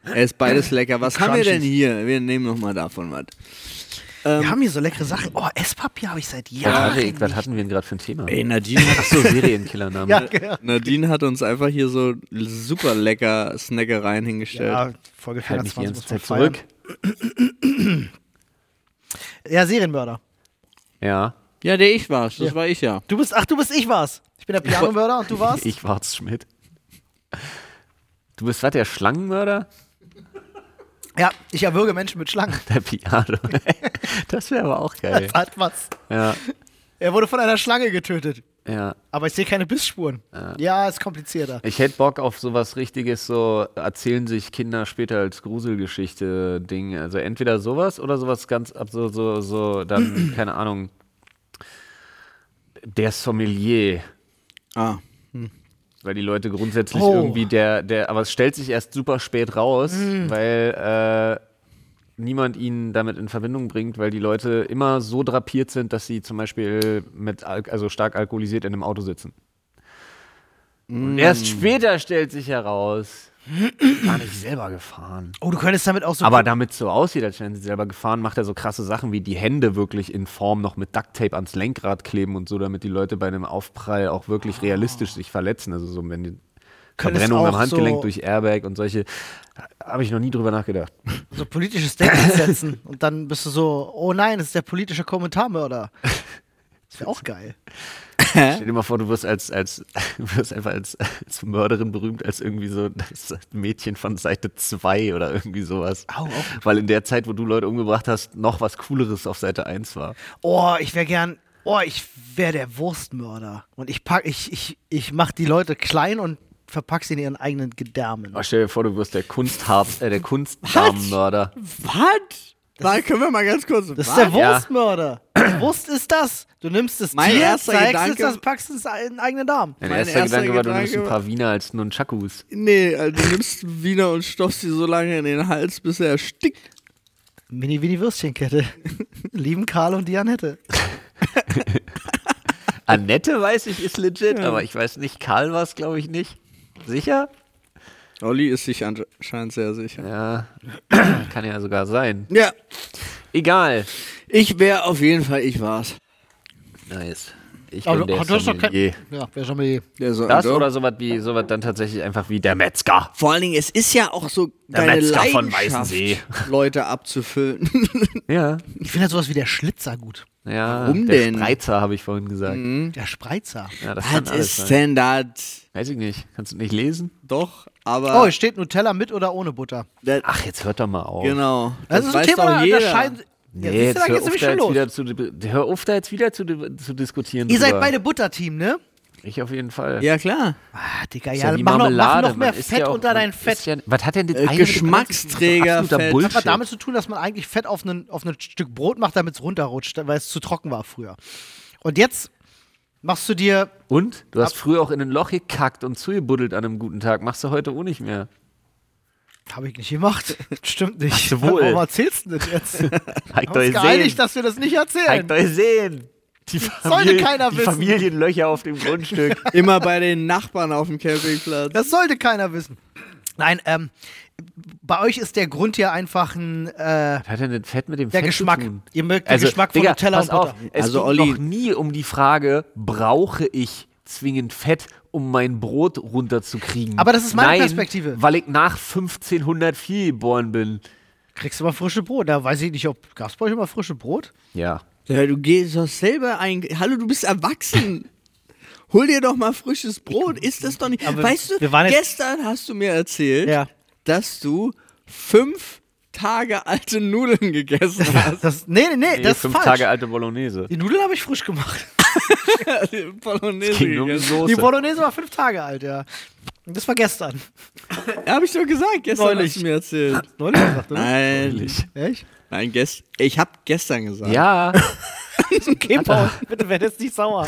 Er ist beides lecker. Was haben wir denn
Crunchies.
hier? Wir nehmen nochmal davon was.
Wir haben hier so leckere Sachen. Oh, Esspapier habe ich seit
Was,
Jahren.
hatte ich, was hatten wir denn gerade für ein Thema?
Ey, Nadine hat
Achso, Serienkillernamen.
Ja, genau.
Nadine hat uns einfach hier so super lecker Snackereien hingestellt.
ja, Folge
Halt mich die
420
ganze
muss man
Zeit
feiern.
zurück.
Ja, Serienmörder.
Ja.
Ja, der ich war's. Das war ich ja.
Du bist, ach, du bist ich war's. Ich bin der Pianomörder und du warst?
Ich war's, Schmidt. Du bist was, der Schlangenmörder?
Ja, ich erwürge Menschen mit Schlangen.
Der Piano. Das wäre aber auch geil.
Das hat was.
Ja,
Er wurde von einer Schlange getötet.
ja.
Aber ich sehe keine Bissspuren. Ja, ist komplizierter.
Ich hätte Bock auf sowas richtiges, so erzählen sich Kinder später als Gruselgeschichte-Ding. Also entweder sowas oder sowas ganz ab so, so, so, dann, keine Ahnung. Der Sommelier.
Ah.
Weil die Leute grundsätzlich
Oh.
irgendwie der, der, aber es stellt sich erst super spät raus, weil äh, niemand ihn damit in Verbindung bringt, weil die Leute immer so drapiert sind, dass sie zum Beispiel mit, Al- also stark alkoholisiert in einem Auto sitzen. Und erst später stellt sich heraus, war nicht selber gefahren.
Oh, du könntest damit auch so.
Aber damit so aussieht, als wären sie selber gefahren, macht er so krasse Sachen wie die Hände wirklich in Form noch mit Ducktape ans Lenkrad kleben und so, damit die Leute bei einem Aufprall auch wirklich realistisch sich verletzen. Also so, wenn die
Könntest
Verbrennung am
Ah. auch
Handgelenk
so-
durch Airbag und solche. Habe ich noch nie drüber nachgedacht.
so politische Statements setzen und dann bist du so, oh nein, das ist der politische Kommentarmörder. Das wäre auch geil.
Stell dir mal vor, du wirst als, als du wirst einfach als, als Mörderin berühmt, als irgendwie so das Mädchen von Seite 2 oder irgendwie sowas.
Au, au.
Weil in der Zeit, wo du Leute umgebracht hast, noch was Cooleres auf Seite 1 war.
Oh, ich wäre gern, oh, ich wäre der Wurstmörder. Und ich pack, ich, ich, ich mach die Leute klein und verpack sie in ihren eigenen Gedärmen.
Oh, stell dir vor, du wirst der Kunstharz, äh, der Kunstdarmmörder.
Was? Mal, können wir mal ganz kurz.
Das ist
Was?
der
Ja.
Wurstmörder. Wurst ist das. Du nimmst das
Mein
Tier,
erster
zeigst es,
Gedanke-
das packst es in den eigenen Darm.
Mein
Mein
erster
erster
Gedanke war, du
Gedanke
nimmst ein
war-
paar Wiener als Nunchakus.
Nee, also du nimmst Wiener und stopfst sie so lange in den Hals, bis er erstickt.
Mini-Mini-Würstchenkette. Lieben Karl und die Annette.
Annette, weiß ich, ist legit, aber ich weiß nicht, Karl war es, glaube ich, nicht. Sicher?
Olli ist sich anscheinend sehr sicher.
Ja, kann ja sogar sein.
Ja,
Egal.
ich wäre auf jeden Fall, ich war's.
Nice. Ich
Aber
bin der
du hast doch kein-
Sommelier.
Ja, wäre schon mal
Der also so
Das
doch.
oder sowas wie sowas dann tatsächlich einfach wie der Metzger.
Vor allen Dingen, es ist ja auch so
Der
deine
Metzger von
Leidenschaft,
Weißensee.
Leute abzufüllen.
Ja.
Ich finde halt sowas wie der Schlitzer gut.
Ja.
Warum
der
denn? Mhm.
Spreizer, habe ich vorhin gesagt.
Der Spreizer.
Ja, das kann
Was
alles
ist
sein.
denn das?
Weiß ich nicht. Kannst du nicht lesen?
Doch,
Oh,
Ah.
aber.
hier steht Nutella mit oder ohne Butter.
das,
Ach, jetzt hört doch mal auf.
genau.
Das, ist ein
weiß
Thema,
doch
da
jeder.
unterscheiden. Ja,
Nee,
siehst
jetzt
du, da
hör,
geht's
auf
nämlich
da
schon
jetzt
los.
wieder zu, deb- hör auf, da jetzt wieder zu, deb- zu diskutieren.
Ihr seid
drüber.
beide Butterteam, ne?
Ich auf jeden Fall.
Ja, klar.
Ah, Digga,
Ist
ja,
wie
mach, noch, mach
Marmelade,
noch
man
mehr
ist
Fett
ja auch-
unter dein
man ist
Fett.
Ja, was hat denn das
Äh,
eine mit dem anderen zu tun? Das ist doch
Geschmacksträger
absoluter
Fett.
Bullshit.
Hat damit zu tun, dass man eigentlich Fett auf, einen, auf ein Stück Brot macht, damit es runterrutscht, weil es zu trocken war früher. Und jetzt machst du dir.
Und? Du hast früher auch in ein Loch gekackt und zugebuddelt an einem guten Tag. Machst du heute auch nicht mehr.
Habe ich nicht gemacht. Stimmt
Ach,
nicht.
du wohl.
Warum erzählst du das jetzt? Wir haben
Heigt
uns
euch
geeinigt,
sehen.
dass wir das nicht
Heigt
erzählen.
euch sehen. Die
sollte
Familie,
keiner
die
wissen.
Familienlöcher auf dem Grundstück.
Immer bei den Nachbarn auf dem Campingplatz.
Das sollte keiner wissen. Nein, ähm, bei euch ist der Grund ja einfach ein. Äh,
was hat denn das Fett mit dem
Der
Fett
Geschmack.
zu tun?
Ihr mögt den Geschmack von
Also, Digga,
Nutella
pass
und Butter.
Auf, es
Also,
also, ging
Olli-
noch nie um die Frage, brauche ich zwingend Fett, um mein Brot runterzukriegen?
Aber das ist meine
Nein,
Perspektive.
weil ich nach 1504 geboren bin.
kriegst du mal frische Brot. Da weiß ich nicht, ob. Gab es bei euch immer frische Brot?
Ja.
Ja, du gehst doch selber ein. Hallo, du bist erwachsen. Hol dir doch mal frisches Brot. Ist das doch nicht.
Aber
weißt du,
wir waren jetzt-
gestern hast du mir erzählt,
Ja.
dass du fünf Tage alte Nudeln gegessen hast.
Das, nee, nee, nee, das ist
fünf
falsch.
Tage alte Bolognese.
die Nudeln habe ich frisch gemacht.
Bolognese
ging nur um die
gegessen.
Soße.
Die Bolognese war fünf Tage alt, ja. Und Das war gestern.
Hab ich doch gesagt, gestern
Neulich.
hast du mir erzählt.
Neulich gesagt, oder?
Nein,
Echt?
nein, gest ich hab gestern gesagt.
Ja,
Okay, Paul, bitte werd jetzt nicht sauer.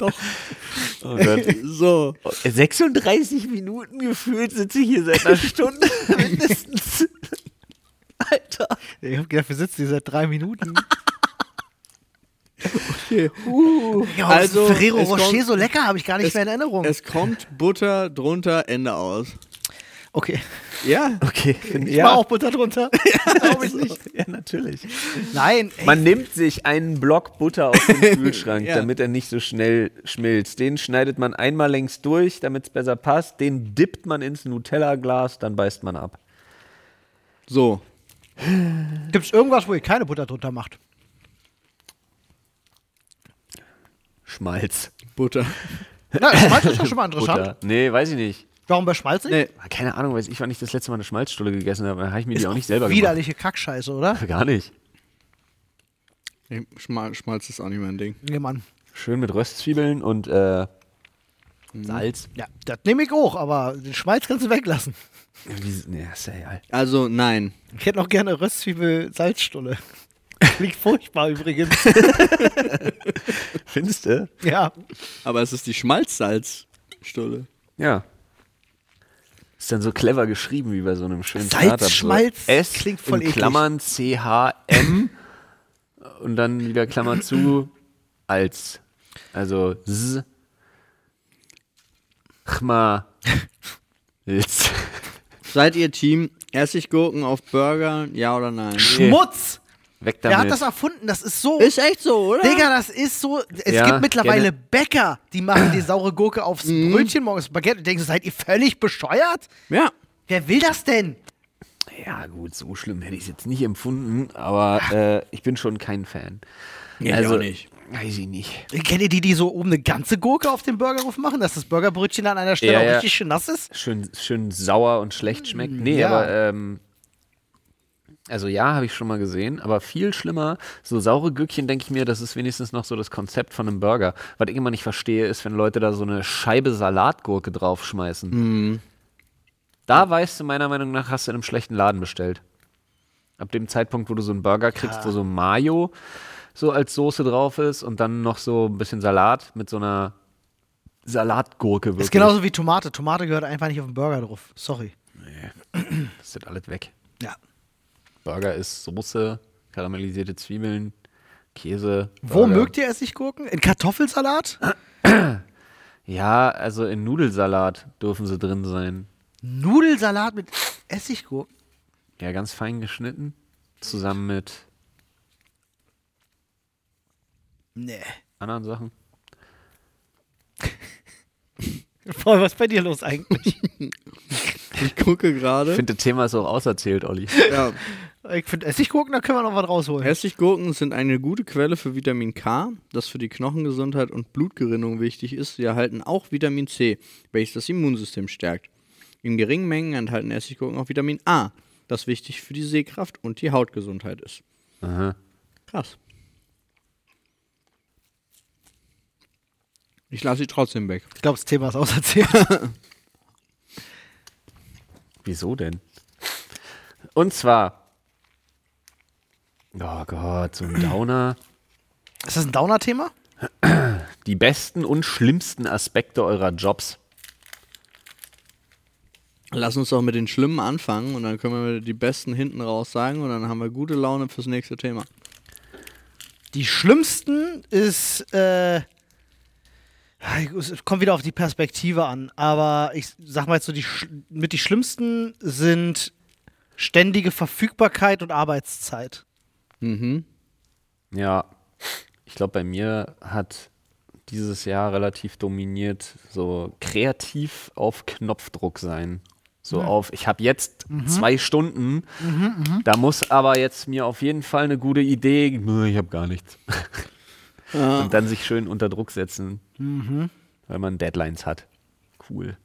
oh Gott.
So,
36 Minuten gefühlt sitze ich hier seit einer Stunde mindestens. Alter.
Ich hab gedacht, wir sitzen hier seit drei Minuten.
okay.
Ja,
Also,
also, Ferrero
es
Rocher
kommt-
so lecker, habe ich gar nicht
es-
mehr in Erinnerung.
Es kommt Butter drunter, Ende aus.
okay.
Ja, also.
Okay, finde
Ich war auch Butter drunter.
glaube ich nicht. Ja, natürlich.
Nein, ey,
Man nimmt sich einen Block Butter aus dem Kühlschrank,
Ja.
damit er nicht so schnell schmilzt. Den schneidet man einmal längs durch, damit es besser passt. Den dippt man ins Nutella-Glas, dann beißt man ab.
so.
gibt's irgendwas, wo ihr keine Butter drunter macht?
Schmalz.
Butter.
Na, Schmalz ist doch schon mal interessant.
Butter. Nee, weiß ich nicht.
Warum bei Schmalz nicht?
Nee.
Keine Ahnung, weiß ich, wann ich das letzte Mal eine Schmalzstulle gegessen habe. Da habe ich mir die auch nicht selber gemacht.
Widerliche Kackscheiße, oder?
Gar nicht.
Nee, Schmal Schmalz ist auch nicht mein Ding.
Nee, Mann.
Schön mit Röstzwiebeln und äh,
Mhm.
Salz.
Ja, das nehme ich auch, aber den Schmalz kannst du weglassen.
Hm.
Wie, nee, ist ja egal.
Also nein.
Ich hätte noch gerne Röstzwiebel-Salzstulle. Klingt furchtbar übrigens.
Findest du?
Ja.
Aber es ist die Schmalzsalzstulle.
Ja. Ist dann so clever geschrieben wie bei so einem schönen
Salz,
Startup. So
Schmalz,
S
klingt voll
in
eklig.
Klammern CHM und dann wieder Klammer zu als. Also Z. Chma. Lz.
Seid ihr Team Essiggurken auf Burger, ja oder nein?
Schmutz!
Weg damit.
Er hat das erfunden, das ist so.
Ist echt so, oder?
Digga, das ist so. Es
Ja,
gibt mittlerweile
gerne. Mhm.
Bäcker, die machen die saure Gurke aufs Brötchen morgens Baguette und denken, seid ihr völlig bescheuert?
Ja.
Wer will das denn?
Ja, gut, so schlimm hätte ich es jetzt nicht empfunden, aber äh, ich bin schon kein Fan. Also,
Ja, ich auch nicht.
Weiß ich nicht.
Kennt ihr die, die so oben eine ganze Gurke auf dem Burger drauf machen, dass das Burgerbrötchen an einer Stelle
Ja,
auch
ja.
richtig schön nass ist?
Schön, schön sauer und schlecht schmeckt. Nee,
ja.
aber ähm, also ja, habe ich schon mal gesehen, aber viel schlimmer, so saure Gürkchen denke ich mir, das ist wenigstens noch so das Konzept von einem Burger. Was ich immer nicht verstehe, ist, wenn Leute da so eine Scheibe Salatgurke draufschmeißen.
Mhm.
Da weißt du, meiner Meinung nach, hast du in einem schlechten Laden bestellt. Ab dem Zeitpunkt, wo du so einen Burger kriegst, wo so Mayo so als Soße drauf ist und dann noch so ein bisschen Salat mit so einer Salatgurke wirklich.
Ist genau genauso wie Tomate. Tomate gehört einfach nicht auf den Burger drauf. Sorry.
Das ist alles weg.
Ja.
Burger ist Soße, karamellisierte Zwiebeln, Käse.
Wo
Burger.
mögt ihr Essiggurken? In Kartoffelsalat?
Ja, also in Nudelsalat dürfen sie drin sein.
Nudelsalat mit Essiggurken?
Ja, ganz fein geschnitten. Zusammen mit
Nee.
anderen Sachen.
Paul, was ist bei dir los eigentlich?
Ich gucke
Ich
gerade.
finde, das Thema ist auch auserzählt, Olli.
Ja.
Ich finde Essiggurken, da können wir noch was rausholen.
Essiggurken sind eine gute Quelle für Vitamin K, das für die Knochengesundheit und Blutgerinnung wichtig ist. Sie erhalten auch Vitamin C, welches das Immunsystem stärkt. In geringen Mengen enthalten Essiggurken auch Vitamin A, das wichtig für die Sehkraft und die Hautgesundheit ist.
Aha.
Krass. Ich lasse sie trotzdem weg.
Ich glaube, das Thema ist auserzählt.
Wieso denn? Und zwar. Oh Gott, so ein Downer.
ist das ein Downer-Thema?
Die besten und schlimmsten Aspekte eurer Jobs.
Lass uns doch mit den Schlimmen anfangen und dann können wir die Besten hinten raus sagen und dann haben wir gute Laune fürs nächste Thema.
Die schlimmsten ist, äh, es kommt wieder auf die Perspektive an, aber ich sag mal jetzt so, die, sch- mit die schlimmsten sind ständige Verfügbarkeit und Arbeitszeit.
Mhm.
Ja, ich glaube, bei mir hat dieses Jahr relativ dominiert so kreativ auf Knopfdruck sein. So auf, ich habe jetzt
Mhm.
zwei Stunden, da muss aber jetzt mir auf jeden Fall eine gute Idee, Nö, ich habe gar nichts.
Ja.
Und dann sich schön
Mhm.
unter Druck setzen, weil man Deadlines hat. Cool.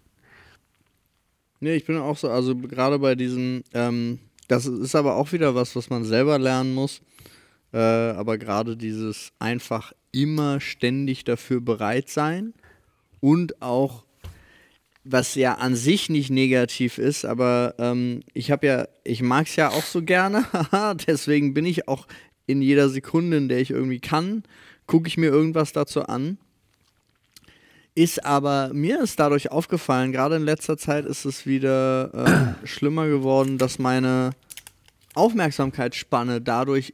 Nee, ich bin auch so, also gerade bei diesem, ähm, das ist aber auch wieder was, was man selber lernen muss. Äh, aber gerade dieses einfach immer ständig dafür bereit sein und auch, was ja an sich nicht negativ ist, aber ähm, ich habe ja, ich mag es ja auch so gerne, haha, deswegen bin ich auch in jeder Sekunde, in der ich irgendwie kann, gucke ich mir irgendwas dazu an. Ist aber, mir ist dadurch aufgefallen, gerade in letzter Zeit ist es wieder ähm, schlimmer geworden, dass meine Aufmerksamkeitsspanne dadurch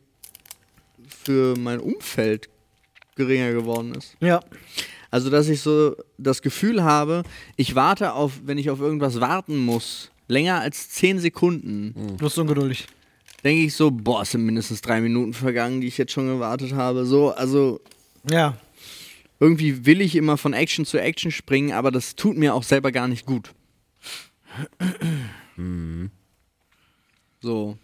für mein Umfeld geringer geworden ist.
Ja.
Also, dass ich so das Gefühl habe, ich warte auf, wenn ich auf irgendwas warten muss, länger als 10 Sekunden,
Du bist ungeduldig.
denke ich so, boah, es sind mindestens drei Minuten vergangen, die ich jetzt schon gewartet habe. So, also
Ja.
irgendwie will ich immer von Action zu Action springen, aber das tut mir auch selber gar nicht gut. So.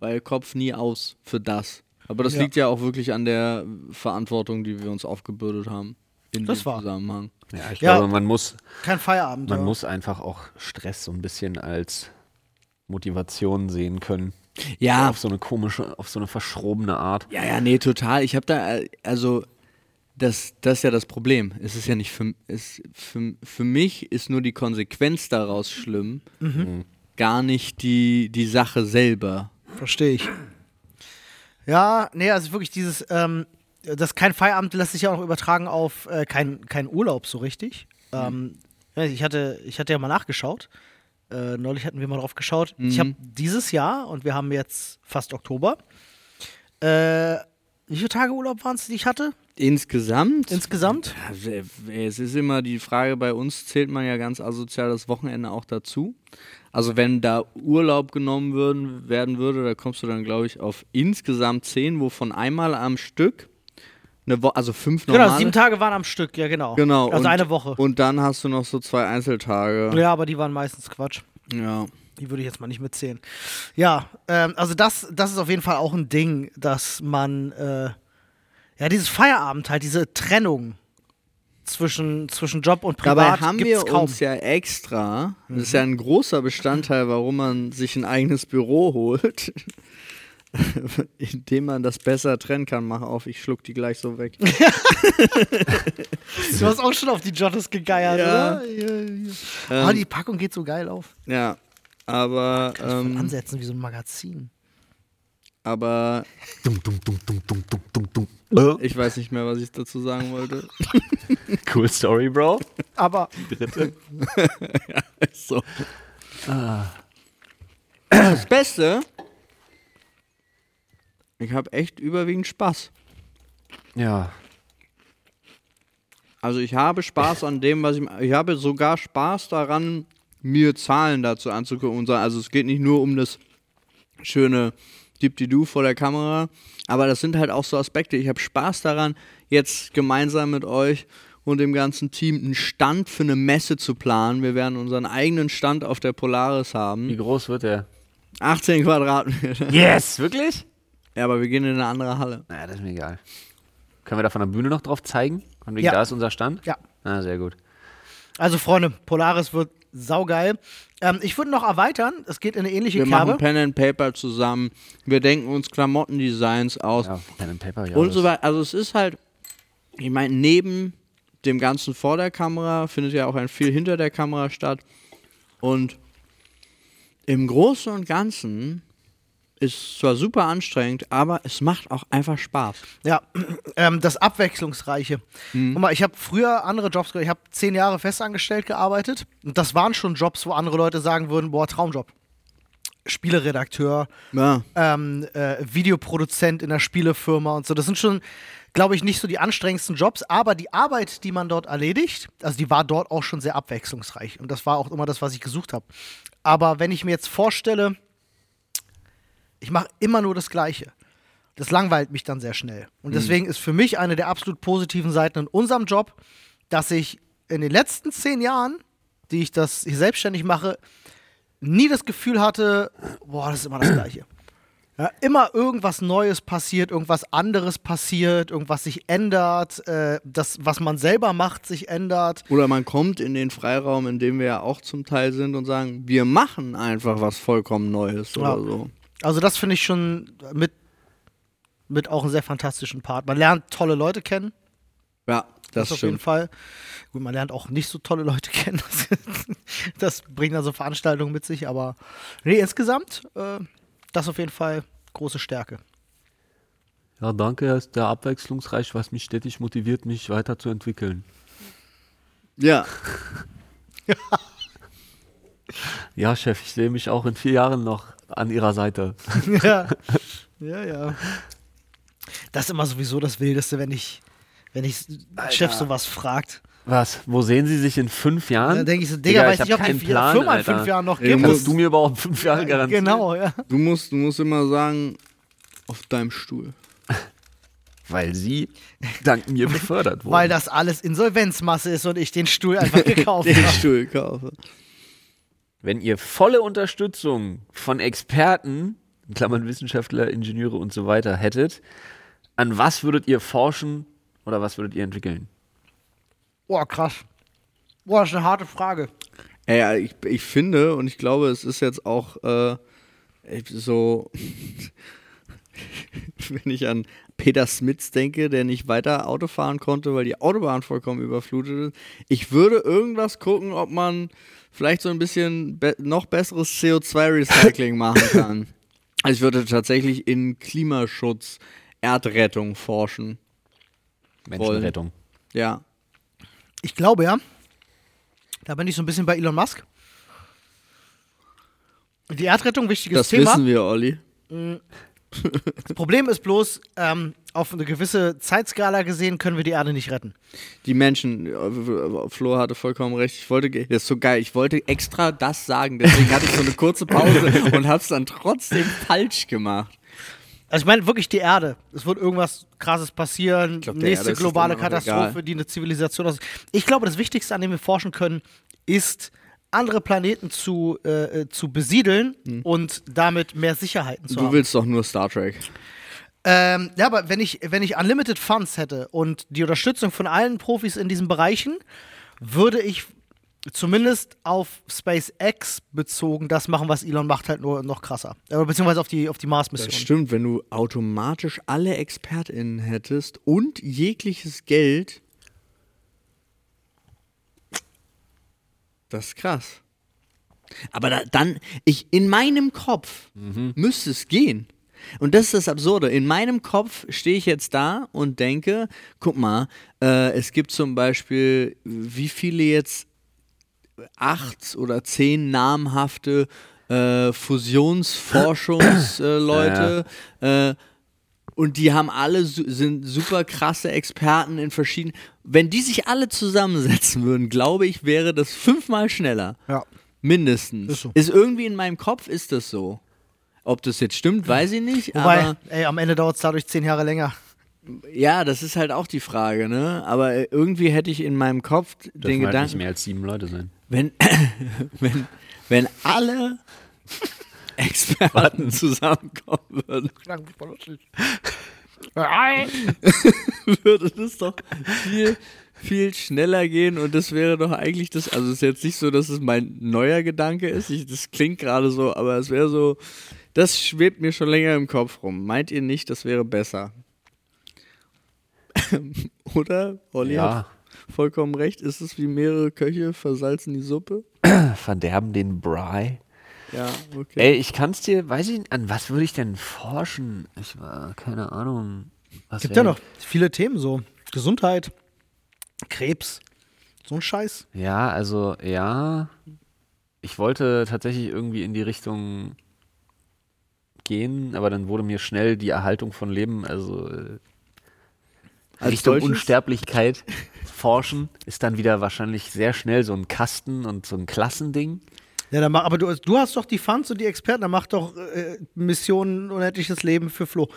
Weil Kopf nie aus für das. Aber das
Ja.
liegt ja auch wirklich an der Verantwortung, die wir uns aufgebürdet haben. In
Das
diesem
war-
Zusammenhang.
Ja, ich
Ja.
glaube, man muss,
Kein Feierabend.
man
ja.
muss einfach auch Stress so ein bisschen als Motivation sehen können.
Ja,
Auf so eine komische, auf so eine verschrobene Art.
ja, ja, nee, total. Ich habe da, äh, also, das, das ist ja das Problem. Es ist ja nicht für, es, für, für mich ist nur die Konsequenz daraus schlimm,
Mhm.
gar nicht die, die Sache selber.
Verstehe ich. Ja, nee, also wirklich dieses, ähm, das kein Feierabend lässt sich ja auch übertragen auf äh, kein, kein Urlaub so richtig.
Mhm.
Ähm, ja, ich, hatte, ich hatte ja mal nachgeschaut. Äh, neulich hatten wir mal drauf geschaut. Ich
Mhm.
habe dieses Jahr, und wir haben jetzt fast Oktober, äh, wie viele Tage Urlaub waren es, die ich hatte
Insgesamt?
insgesamt?
Also, äh, Es ist immer die Frage, bei uns zählt man ja ganz asozial das Wochenende auch dazu. Also wenn da Urlaub genommen würden, werden würde, da kommst du dann, glaube ich, auf insgesamt zehn, wovon einmal am Stück, eine Wo also fünf normale.
Genau, sieben Tage waren am Stück, ja genau.
Genau.
Also
und,
eine Woche.
Und dann hast du noch so zwei Einzeltage.
ja, aber die waren meistens Quatsch.
Ja.
Die würde ich jetzt mal nicht mitzählen. Ja, ähm, also das, das ist auf jeden Fall auch ein Ding, dass man, äh, ja, dieses Feierabend halt, diese Trennung zwischen, zwischen Job und Privat
Dabei haben
gibt's
wir
kaum. Mhm.
uns ja extra, das ist ja ein großer Bestandteil, warum man sich ein eigenes Büro holt, indem man das besser trennen kann. Mach auf, ich schluck die gleich so weg.
du hast auch schon auf die Jottes gegeiert,
Ja. Ähm,
oder? Ja, ja. Ah, die Packung geht so geil auf.
Ja, aber,
Voll
ähm,
ansetzen wie so ein Magazin.
aber
Dum, dum, dum, dum, dum, dum, dum, dum.
ich weiß nicht mehr, was ich dazu sagen wollte.
Cool Story, Bro.
Aber
Dritte.
So. Ah. Das Beste, ich habe echt überwiegend Spaß.
Ja.
Also ich habe Spaß an dem, was ich ma- ich habe sogar Spaß daran, mir Zahlen dazu anzugucken. und so. Also es geht nicht nur um das schöne Dip-Di-Du vor der Kamera, aber das sind halt auch so Aspekte. Ich habe Spaß daran, jetzt gemeinsam mit euch und dem ganzen Team einen Stand für eine Messe zu planen. Wir werden unseren eigenen Stand auf der Polaris
Wie
haben.
groß wird der?
18 Quadratmeter.
Yes, wirklich?
Ja, aber wir gehen in eine andere Halle.
Naja, das ist mir egal. Können wir da von der Bühne noch drauf zeigen? Von wegen,
Ja.
da ist unser Stand?
Ja.
Ah, sehr gut.
also Freunde, Polaris wird saugeil. Ähm, ich würde noch erweitern, es geht in eine ähnliche
Wir machen
Kerbe.
Pen and Paper zusammen. Wir denken uns Klamottendesigns aus.
Ja, Pen and Paper, ja.
und so
das-
weiter. Also es ist halt, ich meine, neben dem ganzen vor der Kamera findet ja auch ein viel hinter der Kamera statt. Und im Großen und Ganzen ist zwar super anstrengend, aber es macht auch einfach Spaß.
Ja, ähm, das Abwechslungsreiche. Guck mal, ich habe früher andere Jobs gehabt. Ich habe zehn Jahre festangestellt gearbeitet. Und das waren schon Jobs, wo andere Leute sagen würden: Boah, Traumjob. Spieleredakteur,
Ja.
ähm, äh, Videoproduzent in der Spielefirma und so. Das sind schon, glaube ich, nicht so die anstrengendsten Jobs, aber die Arbeit, die man dort erledigt, also die war dort auch schon sehr abwechslungsreich. Und das war auch immer das, was ich gesucht habe. Aber wenn ich mir jetzt vorstelle, ich mache immer nur das Gleiche. Das langweilt mich dann sehr schnell. Und deswegen ist für mich eine der absolut positiven Seiten in unserem Job, dass ich in den letzten zehn Jahren, die ich das hier selbstständig mache, nie das Gefühl hatte, boah, das ist immer das Gleiche. Ja, immer irgendwas Neues passiert, irgendwas anderes passiert, irgendwas sich ändert, äh, das, was man selber macht, sich ändert.
Oder man kommt in den Freiraum, in dem wir ja auch zum Teil sind und sagen, wir machen einfach was vollkommen Neues
Ja.
oder so.
Also das finde ich schon mit, mit auch einen sehr fantastischen Part. Man lernt tolle Leute kennen,
Ja, das,
auf jeden
stimmt.
Fall. Gut, man lernt auch nicht so tolle Leute kennen. Das, das bringt dann so Veranstaltungen mit sich, aber nee, insgesamt, äh, das auf jeden Fall große Stärke.
Ja, danke, ist der abwechslungsreich, was mich stetig motiviert, mich weiterzuentwickeln.
Ja,
Ja, Chef, ich sehe mich auch in vier Jahren noch an Ihrer Seite.
ja. ja, ja. Das ist immer sowieso das Wildeste, wenn ich, wenn ich Chef sowas fragt.
Was? Wo sehen Sie sich in fünf Jahren?
Dann denke ich so, Digga, weiß
Hm? hab
nicht, ob die
keinen
Plan, Firma in fünf
Alter.
Jahren noch
Ey,
gibt.
muss-
Kannst du mir überhaupt fünf Jahre garantieren?
Genau, ja.
du musst, du musst immer sagen, auf deinem Stuhl.
Weil Sie dank mir befördert wurden.
Weil das alles Insolvenzmasse ist und ich den Stuhl einfach gekauft
Den
habe.
Stuhl kaufe.
Wenn ihr volle Unterstützung von Experten, in Klammern Wissenschaftler, Ingenieure und so weiter hättet, an was würdet ihr forschen oder was würdet ihr entwickeln?
Boah, krass. Boah, das ist eine harte Frage.
Ja, ja ich, ich finde und ich glaube, es ist jetzt auch äh, so, wenn ich an Peter Smits denke, der nicht weiter Auto fahren konnte, weil die Autobahn vollkommen überflutet ist. Ich würde irgendwas gucken, ob man vielleicht so ein bisschen be noch besseres CO2-Recycling machen kann. Also ich würde tatsächlich in Klimaschutz, Erdrettung forschen.
Menschenrettung.
Ja.
Ich glaube ja. Da bin ich so ein bisschen bei Elon Musk. Die Erdrettung, wichtiges
Das
Thema.
wissen wir, Olli.
Das Problem ist bloß, ähm, auf eine gewisse Zeitskala gesehen können wir die Erde nicht retten.
die Menschen, äh, Flo hatte vollkommen recht, ich wollte, ge- das ist so geil, ich wollte extra das sagen, deswegen hatte ich so eine kurze Pause und hab's dann trotzdem falsch gemacht.
Also ich meine wirklich die Erde. Es wird irgendwas Krasses passieren,
glaub, der Erde
nächste
ist es
globale
dann auch
Katastrophe,
egal.
die eine Zivilisation aus. Ich glaube, das Wichtigste, an dem wir forschen können, ist andere Planeten zu, äh, äh, zu besiedeln und damit mehr Sicherheiten zu
Mhm. Du
haben.
willst doch nur Star Trek.
Ähm, ja, aber wenn ich, wenn ich Unlimited Funds hätte und die Unterstützung von allen Profis in diesen Bereichen, würde ich zumindest auf SpaceX bezogen das machen, was Elon macht, halt nur noch krasser. Äh, Beziehungsweise auf die, auf die
Das
Mars-Mission.
stimmt, wenn du automatisch alle ExpertInnen hättest und jegliches Geld. Das ist krass. Aber da, dann, ich, in meinem Kopf müsste es gehen. Und das ist das Absurde. In meinem Kopf stehe ich jetzt da und denke, guck mal, äh, es gibt zum Beispiel, wie viele jetzt acht oder zehn namhafte äh, Fusionsforschungsleute äh, Leute, äh, und die haben alle su sind super krasse Experten in verschiedenen. Wenn die sich alle zusammensetzen würden, glaube ich, wäre das fünfmal schneller.
Ja.
Mindestens. Ist,
Ist so.
irgendwie in meinem Kopf ist das so. Ob das jetzt stimmt, weiß ich nicht.
Wobei,
aber
ey, am Ende dauert es dadurch zehn Jahre länger.
ja, das ist halt auch die Frage, ne? Aber äh, irgendwie hätte ich in meinem Kopf den
Dürfen halt nicht
Gedanken,
mehr als sieben Leute sein.
wenn, wenn, wenn alle Experten zusammenkommen würden, würde das doch viel, viel schneller gehen und das wäre doch eigentlich das, also es ist jetzt nicht so, dass es mein neuer Gedanke ist, ich, das klingt gerade so, aber es wäre so, das schwebt mir schon länger im Kopf rum. Meint ihr nicht, das wäre besser? Oder? Olli hat
Ja,
vollkommen recht, ist es wie mehrere Köche versalzen die Suppe?
verderben den Brei.
Ja, okay.
Ey, ich kann's dir, weiß ich nicht, an was würde ich denn forschen? Ich war, keine Ahnung. Was
Gibt
wär-
ja noch viele Themen so. Gesundheit, Krebs, so ein Scheiß.
Ja, also, ja. Ich wollte tatsächlich irgendwie in die Richtung gehen, aber dann wurde mir schnell die Erhaltung von Leben, also äh,
Als
Richtung
solches?
Unsterblichkeit forschen, ist dann wieder wahrscheinlich sehr schnell so ein Kasten und so ein Klassending.
Ja, dann mach, aber du, du hast doch die Fans und die Experten, dann mach doch äh, Missionen unendliches Leben für Flo.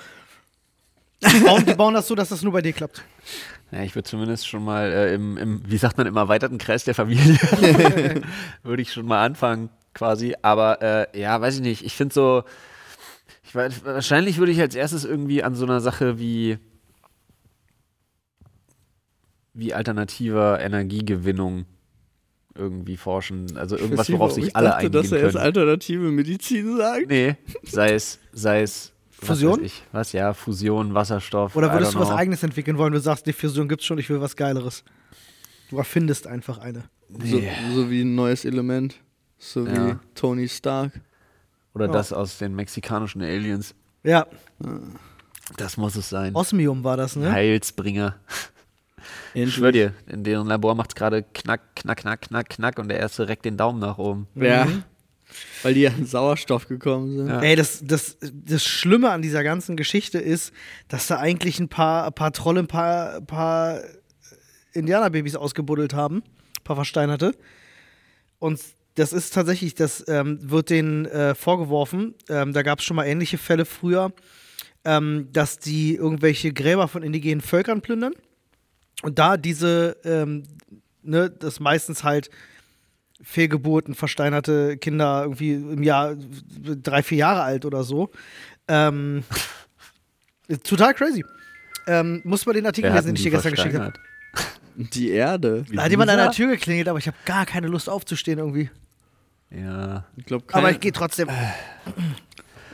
Die bauen, die bauen das so, dass das nur bei dir klappt.
Ja, ich würde zumindest schon mal äh, im, im, wie sagt man, im erweiterten Kreis der Familie, würde ich schon mal anfangen, quasi. Aber äh, ja, weiß ich nicht. Ich finde so, Ich weiß, wahrscheinlich würde ich als erstes irgendwie an so einer Sache wie, wie alternativer Energiegewinnung irgendwie forschen. Also irgendwas, worauf
Ich
sich alle
dachte,
eingehen
dass er jetzt
können.
alternative Medizin sagt.
Nee, sei es, sei es was
Fusion?
weiß ich, was ja, Fusion, Wasserstoff. I
Oder würdest
don't
du was
know.
eigenes entwickeln wollen? Du sagst, die Fusion gibt's schon, ich will was Geileres. Du erfindest einfach eine.
So,
Nee.
so wie ein neues Element. So wie
Ja.
Tony Stark.
Oder
Ja.
das aus den mexikanischen Aliens.
Ja,
Das muss es sein.
Osmium war das, ne?
Heilsbringer. Ich schwör dir, in deren Labor macht's gerade knack, knack, knack, knack, knack und der erste reckt den Daumen nach oben.
Ja. Weil die an Sauerstoff gekommen sind.
Mhm. Ja.
Ey, das, das, das Schlimme an dieser ganzen Geschichte ist, dass da eigentlich ein paar, ein paar Trolle, ein paar, ein paar Indianerbabys ausgebuddelt haben, ein paar versteinerte. Und das ist tatsächlich, das ähm, wird denen äh, vorgeworfen. Ähm, da gab es schon mal ähnliche Fälle früher, ähm, dass die irgendwelche Gräber von indigenen Völkern plündern. Und da diese, ähm, ne, das meistens halt Fehlgeburten, versteinerte Kinder irgendwie im Jahr drei, vier Jahre alt oder so. Ähm, ist total crazy. Ähm, muss man den Artikel
Wer hat
lesen, den
denn
ich
die
dir gestern geschickt habe.
versteinert?
Die Erde.
Wie
Da hat jemand an der
Lisa?
Tür geklingelt, aber ich habe gar keine Lust aufzustehen irgendwie.
Ja.
Ich glaube,
Aber ich gehe trotzdem.
Äh,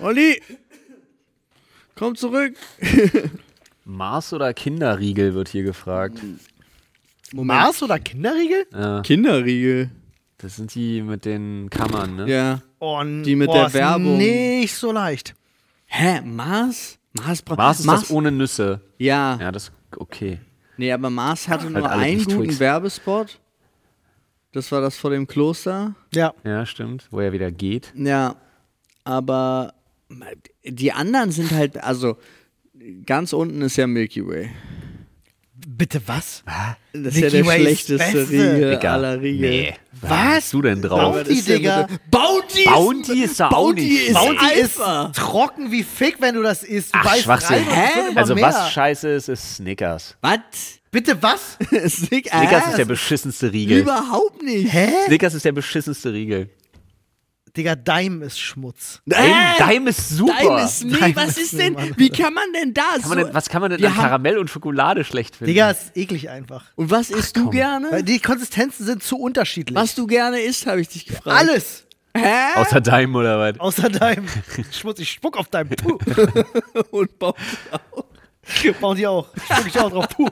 Olli! Komm zurück!
Mars oder Kinderriegel wird hier gefragt.
Moment.
Mars oder Kinderriegel?
Ja,
Kinderriegel.
das sind die mit den Kammern, ne?
Ja.
Oh, n-
Die mit
boah,
der
ist
Werbung.
Nicht so leicht.
Hä? Mars? Mars, bra-
Mars ist das ohne Nüsse.
Ja.
Ja, das okay.
Nee, aber Mars hatte nur
alles
einen
nicht
guten
Twix.
Werbespot. Das war das vor dem Kloster.
Ja.
Ja, stimmt. Wo er wieder geht.
Ja, aber die anderen sind halt, also ganz unten ist ja Milky Way.
Bitte was?
Das ist
Milky
ja der
Way ist
schlechteste
beste.
Riegel
Digga.
aller Riegel.
Nee.
Was?
Was bist du denn drauf?
Aber das
Bounty,
ist ja mit
Digga.
der- Bounty!
Bounty ist da auch
Bounty
nicht.
ist
schlecht.
Bounty ist
Alpha.
trocken wie Fick, wenn du das isst. Du
Ach,
beißt
Schwachsinn.
rein und es wird
Hä?
immer
Also
mehr.
was scheiße ist, ist Snickers.
Was?
Bitte was?
Snick
Snickers
ass?
ist der beschissenste Riegel.
Überhaupt nicht.
Hä?
Snickers ist der beschissenste Riegel.
Digga, Dime ist Schmutz.
Dein,
Äh,
Deim ist super.
Dein ist nee,
Dein
was
ist
ist
nee,
denn,
Mann.
wie kann man denn das?
kann man denn, was kann man denn
Wir
an
haben-
Karamell und Schokolade schlecht finden?
Digga, ist eklig einfach.
Und was isst du
komm.
Weil
gerne?
die Konsistenzen sind zu unterschiedlich.
Was du gerne isst, habe ich dich gefragt.
Alles
Hä?
Außer Daim oder was?
außer Dime. Schmutz, ich spuck auf Dime. Puh.
Und Bounty.
Bauen die auch. Spuck ich auch drauf. Puh.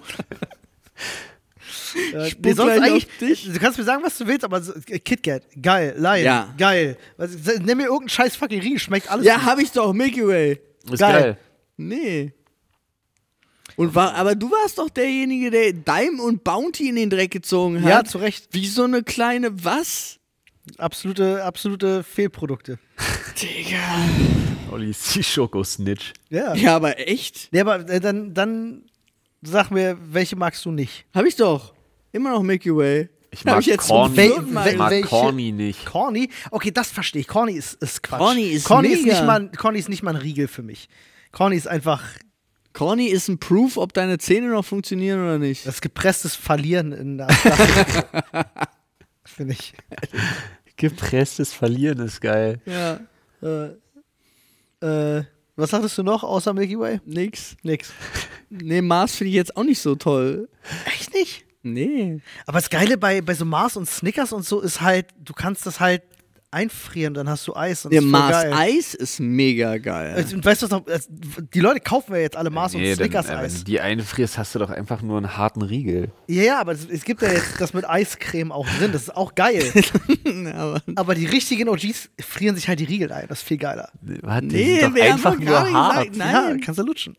Äh,
Spuck
nee, sonst
gleich auf
eigentlich,
dich.
du kannst mir sagen, was du willst, aber so, äh, KitKat, geil, Lion,
Ja.
geil. Was, nimm mir irgendeinen scheiß fucking Riegel, schmeckt alles
Ja, halt.
gut.
habe ich doch, Milky Way.
Ist
Geil.
Nee. Und war, aber du warst doch derjenige, der Dime und Bounty in den Dreck gezogen hat.
Ja, zu Recht.
Wie so eine kleine was?
Absolute, absolute Fehlprodukte.
Digga.
Olli ist die Schoko-Snitch.
Ja.
Ja, aber echt?
Nee, aber äh, dann, dann sag mir, welche magst du nicht?
Hab ich doch. Immer noch Milky Way.
Ich
Hab
mag
ich jetzt
Corny.
zum vierten
Wel-
Mal.
wel-
Ich mag
welche-
Corny nicht.
Corny? Okay, das verstehe ich. Corny ist, ist Quatsch.
Corny ist
Corny
mega.
nicht mal, ein- Corny ist nicht mal ein Riegel für mich. Corny ist einfach
Corny ist ein Proof, ob deine Zähne noch funktionieren oder nicht.
das gepresstes Verlieren in der Abdache. Finde ich.
Gepresstes Verlieren ist geil.
Ja,
Äh, äh, was sagtest du noch außer Milky Way?
nix.
Nix.
Nee, Mars finde ich jetzt auch nicht so toll.
Echt nicht?
Nee.
Aber das Geile bei, bei so Mars und Snickers und so ist halt, du kannst das halt einfrieren, dann hast du Eis. Und
Der
das ist voll
Mars
geil.
Eis ist mega geil.
Also, Und weißt du was noch? Also, Die Leute kaufen ja jetzt alle Mars und
dann, äh, wenn
Snickers-Eis.
du die einfrierst, hast du doch einfach nur einen harten Riegel.
Ja, ja, aber es, es gibt ja jetzt das mit Eiscreme auch drin. Das ist auch geil.
aber
aber die richtigen OGs frieren sich halt die Riegel ein. Das ist viel geiler.
Hat
Nee, wir haben doch gerade gesagt,
Ja,
nein.
kannst du lutschen.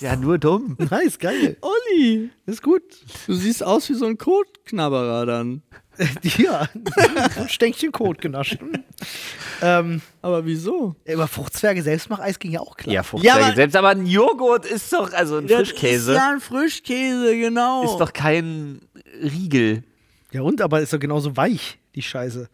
Ja, nur dumm.
Nice, geil.
Olli,
Ist gut.
du siehst aus wie so ein Kotknabberer dann.
Ja, ein Stänkchen Kot genascht. ähm,
Aber wieso?
aber Fruchtzwerge Selbstmacheis ging ja auch klar.
Ja,
Ja,
Fruchtzwerge.
aber-
Selbst aber ein Joghurt ist doch, also ein Frischkäse,
Das ist
ist,
ja ein Frischkäse, genau.
doch kein Riegel.
ja, und aber ist doch genauso weich, die Scheiße.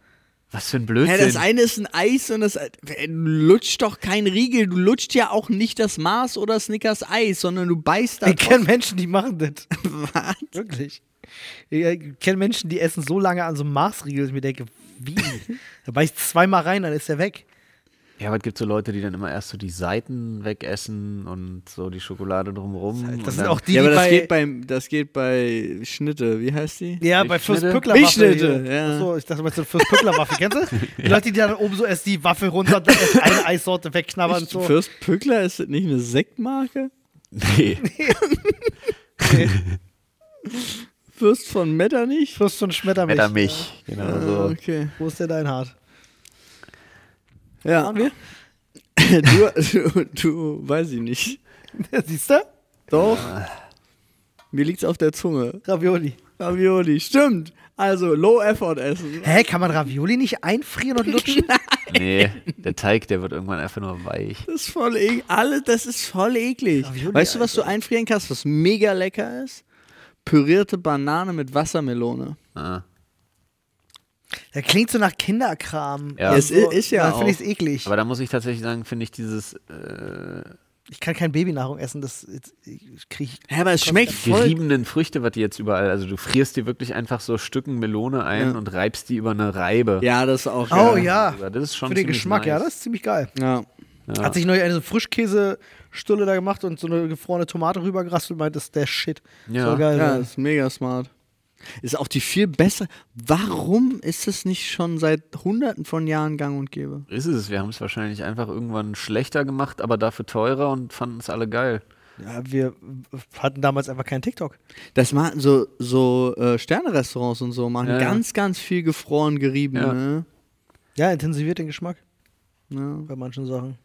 Was für ein
ja,
Blödsinn.
das eine ist ein Eis und das du lutscht doch kein Riegel, du lutscht ja auch nicht das Mars oder Snickers Eis, sondern du beißt da
Ich kenne
drauf.
Menschen, die machen das.
Was?
Wirklich. Ich kenne Menschen, die essen so lange an so einem Maßriegel, dass ich mir denke, wie? da beißt zweimal rein, dann ist er weg.
Ja, aber es gibt so Leute, die dann immer erst so die Seiten wegessen und so die Schokolade drumrum. und
Das sind
dann-
auch die,
ja, aber
die
das
bei,
geht, beim, das geht bei Schnitte. Wie heißt die?
ja, bei Fürst
ne?
Milchschnitte?
Pückler Waffe.
Milchschnitte,
hier.
ja.
Achso, ich dachte, du meinst so Fürst Pückler Waffe. Kennst du? das? Die Leute, die dann oben so erst die Waffel runter, dann erst eine Eissorte wegknabbern.
Ist
So.
Fürst Pückler, ist das nicht eine Sektmarke?
Nee.
Fürst von Metternich?
Fürst und Schmettermilch.
Wettermilch. Genau
Ah,
so.
okay.
Wo ist der dein Hart?
Ja.
wir?
Du, du, du, weiß ich nicht.
Siehst du?
Doch. Mir liegt's auf der Zunge.
Ravioli.
Ravioli, stimmt. Also, Low Effort essen.
Hä, kann man Ravioli nicht einfrieren und lutschen?
Nee, der Teig, der wird irgendwann einfach nur weich.
Das ist voll eklig. Alle, das ist voll eklig.
Ravioli,
weißt du, was du einfrieren kannst, was mega lecker ist? Pürierte Banane mit Wassermelone.
Ah.
Das klingt so nach Kinderkram.
Ja.
Es i- ist ja
Da finde ich
auch.
es eklig.
Aber da muss ich tatsächlich sagen, finde ich dieses äh,
ich kann keine Babynahrung essen, das kriege ich.
Hä, aber es schmeckt voll.
geriebenen Früchte, was die jetzt überall, also du frierst dir wirklich einfach so Stücken Melone ein
Ja.
und reibst die über eine Reibe.
Ja, das ist auch.
Oh
geil.
ja,
Also das ist schon
für den
ziemlich
Geschmack,
nice.
ja, das ist ziemlich geil.
ja.
Ja.
Hat sich neulich eine so Frischkäsestulle da gemacht und so eine gefrorene Tomate rübergerasselt und meint, das ist der Shit.
Ja.
So geil.
Ja,
Ja.
ist mega smart. Ist auch die viel besser. Warum ist es nicht schon seit hunderten von Jahren gang und gäbe?
Ist es, wir haben es wahrscheinlich einfach irgendwann schlechter gemacht, aber dafür teurer und fanden es alle geil.
ja, wir hatten damals einfach keinen TikTok.
Das machen so, so äh, Sternerestaurants und so, machen
Ja, ja.
ganz, ganz viel gefroren, gerieben.
Ja.
Ne?
Ja, intensiviert den Geschmack
Ja,
bei manchen Sachen.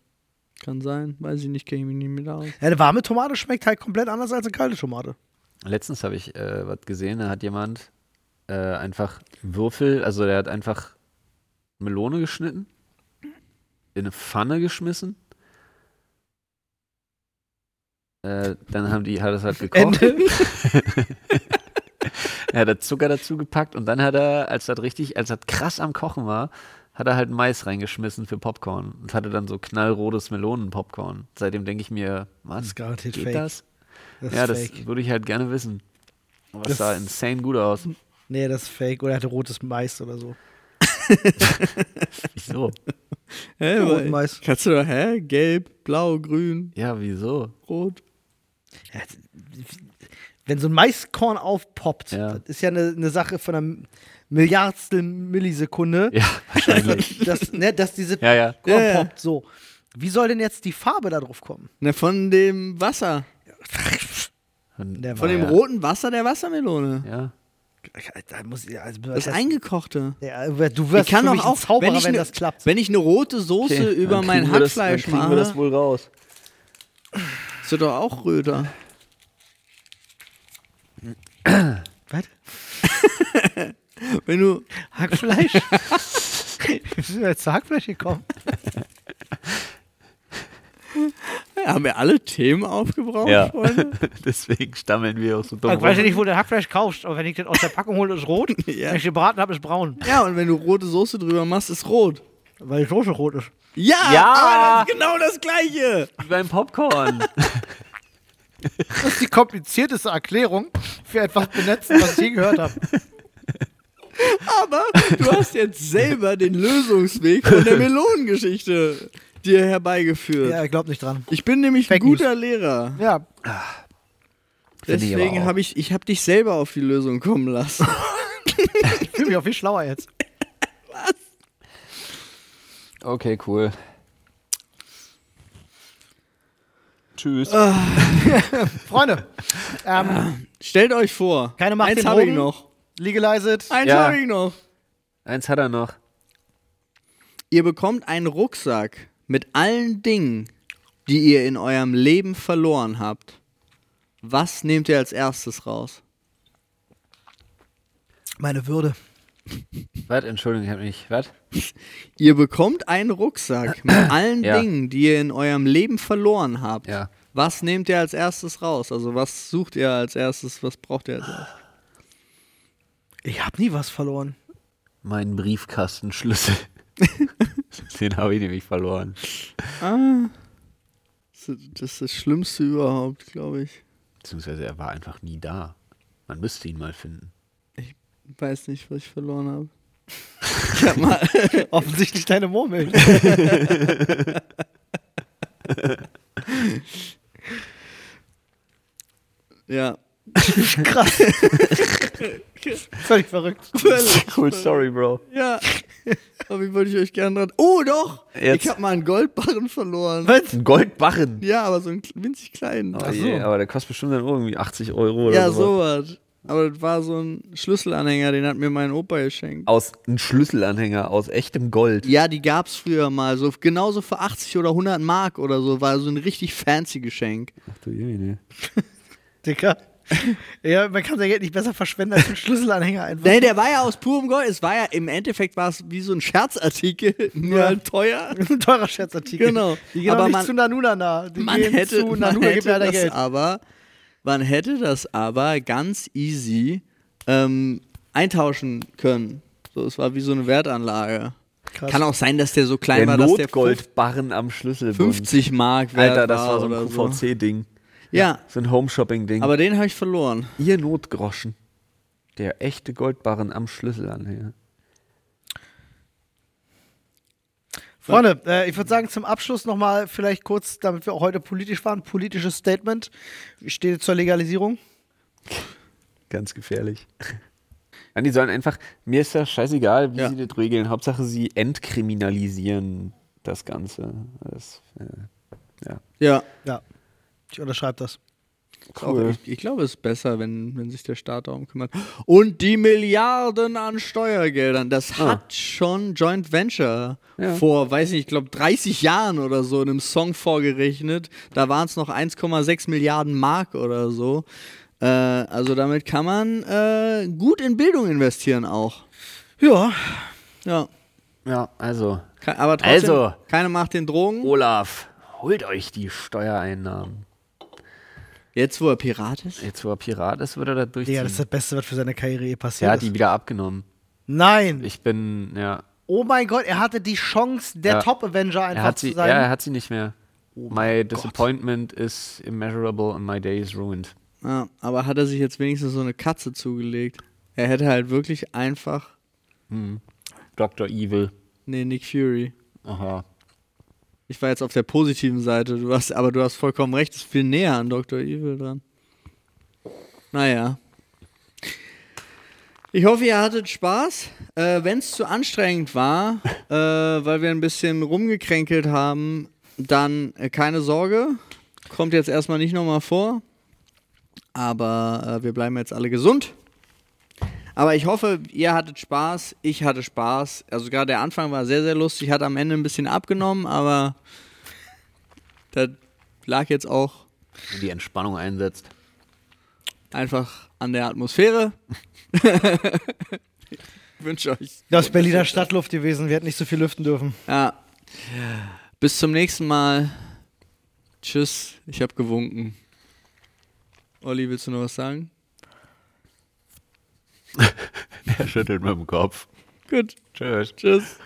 kann sein. Weiß ich nicht, kenne ich mich nicht mit aus.
Ja, eine warme Tomate schmeckt halt komplett anders als eine kalte Tomate.
Letztens habe ich äh, was gesehen, da hat jemand äh, einfach Würfel, also der hat einfach Melone geschnitten, in eine Pfanne geschmissen. Äh, dann haben die, hat das halt gekocht. er hat da Zucker dazu gepackt und dann hat er, als das richtig, als das krass am Kochen war, hat er halt Mais reingeschmissen für Popcorn und hatte dann so knallrotes Melonen-Popcorn. Seitdem denke ich mir,
Das
was
ist garantiert
geht
Hm. fake.
das?
Das
ja,
ist fake.
das würde ich halt gerne wissen. Aber
Das-
es sah insane gut aus.
Nee, das ist fake. Oder er hatte rotes Mais oder so.
Wieso?
Hä,
Ja,
weil-
roten Mais.
Kannst du doch, hä? Gelb, blau, grün,
Ja, wieso?
rot.
Ja, Wenn so ein Maiskorn aufpoppt,
Ja.
das ist ja eine, eine Sache von einer Milliardstel Millisekunde,
Ja, wahrscheinlich.
dass, ne, dass diese
ja, ja.
Korn
Ja, ja.
poppt. So. Wie soll denn jetzt die Farbe da drauf kommen?
Ne, von dem Wasser.
Und-
Der
Von
war-
dem
ja.
roten Wasser der Wassermelone.
Ja.
Da muss ich, also,
Das Eingekochte.
ja, du wirst
Ich kann
für mich
doch
ein
auch,
Zauberer, wenn,
wenn, ich ne-
das klappt.
wenn ich eine rote Soße über
Dann
mein
kriegen wir das-
Hackfleisch
dann kriegen
mache,
wir das wohl raus.
ist das doch auch Röder.
Was?
Wenn du,
Hackfleisch? Wie sind wir jetzt zu Hackfleisch gekommen?
ja, haben wir alle Themen aufgebraucht,
Ja.
Freunde?
Deswegen stammeln wir auch so dumm
Ich weiß ja
rum.
nicht, wo du Hackfleisch kaufst, aber wenn ich das aus der Packung hole, ist rot.
Ja.
Wenn ich gebraten habe, ist braun.
Ja, und wenn du rote Soße drüber machst, ist rot.
Weil die Soße rot ist.
Ja,
Ja.
aber das ist genau das Gleiche.
Wie beim Popcorn.
Das ist die komplizierteste Erklärung für etwas Benetzen, was ich je gehört habe.
Aber du hast jetzt selber den Lösungsweg von der Melonengeschichte dir herbeigeführt.
ich glaube nicht dran.
Ich bin nämlich
Fake
ein guter Lehrer.
Ja,
Finde ich aber
Deswegen
auch.
habe ich, ich hab dich selber auf die Lösung kommen lassen.
ich fühle mich auch viel schlauer jetzt.
Okay, cool. Tschüss.
Freunde, ähm,
Stellt euch vor,
Keine Macht
eins
den
habe ich
Drogen.
noch.
legalize it.
Eins
Ja.
habe ich noch.
Eins hat er noch.
Ihr bekommt einen Rucksack mit allen Dingen, die ihr in eurem Leben verloren habt. Was nehmt ihr als erstes raus?
Meine Würde.
Was? Entschuldigung, ich hab mich. Was?
Ihr bekommt einen Rucksack mit allen
Ja.
Dingen, die ihr in eurem Leben verloren habt.
Ja.
Was nehmt ihr als erstes raus? Also was sucht ihr als erstes? Was braucht ihr als erstes?
Ich habe nie was verloren.
Mein Briefkastenschlüssel. Den habe ich nämlich verloren.
Das ist- Das ist das Schlimmste überhaupt, glaube ich.
Beziehungsweise er war einfach nie da. Man müsste ihn mal finden.
Ich weiß nicht, was ich verloren habe.
Offensichtlich deine Murmeln.
Ja.
Krass. Völlig verrückt.
Cool Story, Bro.
Ja. Aber wie wollte ich euch gerne dran. Oh, doch!
Jetzt.
Ich habe mal einen Goldbarren verloren.
Was?
Ein Goldbarren.
Ja, aber so einen kl- winzig kleinen.
Oh je, aber der kostet bestimmt dann auch irgendwie 80 Euro oder
ja,
sowas.
sowas. Aber das war so ein Schlüsselanhänger, den hat mir mein Opa geschenkt.
Aus einem Schlüsselanhänger, aus echtem Gold.
Ja, die gab's früher mal. So, genauso für 80 oder 100 Mark oder so. War so ein richtig fancy Geschenk.
Ach du Jemine.
Dicker. Ja, man kann sein Geld nicht besser verschwenden als einen Schlüsselanhänger einfach.
Nee, der war ja aus purem Gold. Es war ja im Endeffekt war es wie so ein Scherzartikel, nur
Ja.
halt teuer.
Ein teurer Scherzartikel.
Genau.
Die gehen
Aber
aber nicht
man-
zu Nanuna nah. Die
Man
gehen
hätte,
zu
man
Nanuna, gib
hätte
mir
das
dein Geld.
aber, man hätte das aber ganz easy ähm, eintauschen können. So, es war wie so eine Wertanlage.
Krass.
Kann auch sein, dass der so klein
Der
war, dass der fünf-
Notgoldbarren am Schlüsselbund.
50 Mark wert
Alter, das war so
oder
ein QVC-Ding.
Ja,
So ein Home-Shopping-Ding.
aber den habe ich verloren.
ihr Notgroschen. Der echte Goldbarren am Schlüsselanhänger.
Freunde, äh, ich würde sagen, zum Abschluss nochmal vielleicht kurz, damit wir auch heute politisch waren, politisches Statement. Wie steht es zur Legalisierung?
Ganz gefährlich. Ja, die sollen einfach, mir ist das scheißegal, wie
Ja.
sie das regeln. Hauptsache, sie entkriminalisieren das Ganze. Das, äh,
Ja,
Ja, ich unterschreibe das.
auch, ich, ich glaube, es ist besser, wenn, wenn sich der Staat darum kümmert. Und die Milliarden an Steuergeldern, das
Ah.
hat schon Joint Venture
Ja.
vor, weiß nicht, ich glaube 30 Jahren oder so in einem Song vorgerechnet. Da waren es noch 1,6 Milliarden Mark oder so. Äh, also damit kann man äh, gut in Bildung investieren auch.
Ja,
Ja,
ja, also,
ke- aber trotzdem,
Also.
keiner macht den Drogen.
Olaf, holt euch die Steuereinnahmen.
Jetzt, wo er Pirat ist.
Jetzt, wo er Pirat ist, wird er das durchziehen.
Digga, das ist das Beste, was für seine Karriere je
er
passiert
hat
ist.
die wieder abgenommen.
Nein.
Ich bin, ja.
Oh mein Gott, er hatte die Chance, der
Ja.
Top-Avenger
Er
einfach
hat
zu oh
sie, ja,
sein.
er hat sie nicht mehr. my disappointment is immeasurable and my day is ruined.
Ja, aber hat er sich jetzt wenigstens so eine Katze zugelegt? Er hätte halt wirklich einfach.
Dr. Evil.
Nee, Nick Fury.
Aha.
Ich war jetzt auf der positiven Seite, du hast, aber du hast vollkommen recht, ist viel näher an Dr. Evil dran. Naja. Ich hoffe, ihr hattet Spaß. Äh, Wenn es zu anstrengend war, äh, weil wir ein bisschen rumgekränkelt haben, dann äh, keine Sorge. Kommt jetzt erstmal nicht nochmal vor. Aber äh, wir bleiben jetzt alle gesund. Aber ich hoffe, ihr hattet Spaß. Ich hatte Spaß. Also gerade der Anfang war sehr, sehr lustig. Hat am Ende ein bisschen abgenommen, aber das lag jetzt auch
Wenn die Entspannung einsetzt.
einfach an der Atmosphäre. ich wünsche euch.
Das ist Berliner Stadtluft gewesen, wir hätten nicht so viel lüften dürfen.
Ja. Bis zum nächsten Mal. Tschüss. Ich habe gewunken. Olli, willst du noch was sagen?
Er schüttelt mit dem Kopf.
Gut.
Tschüss.
Tschüss.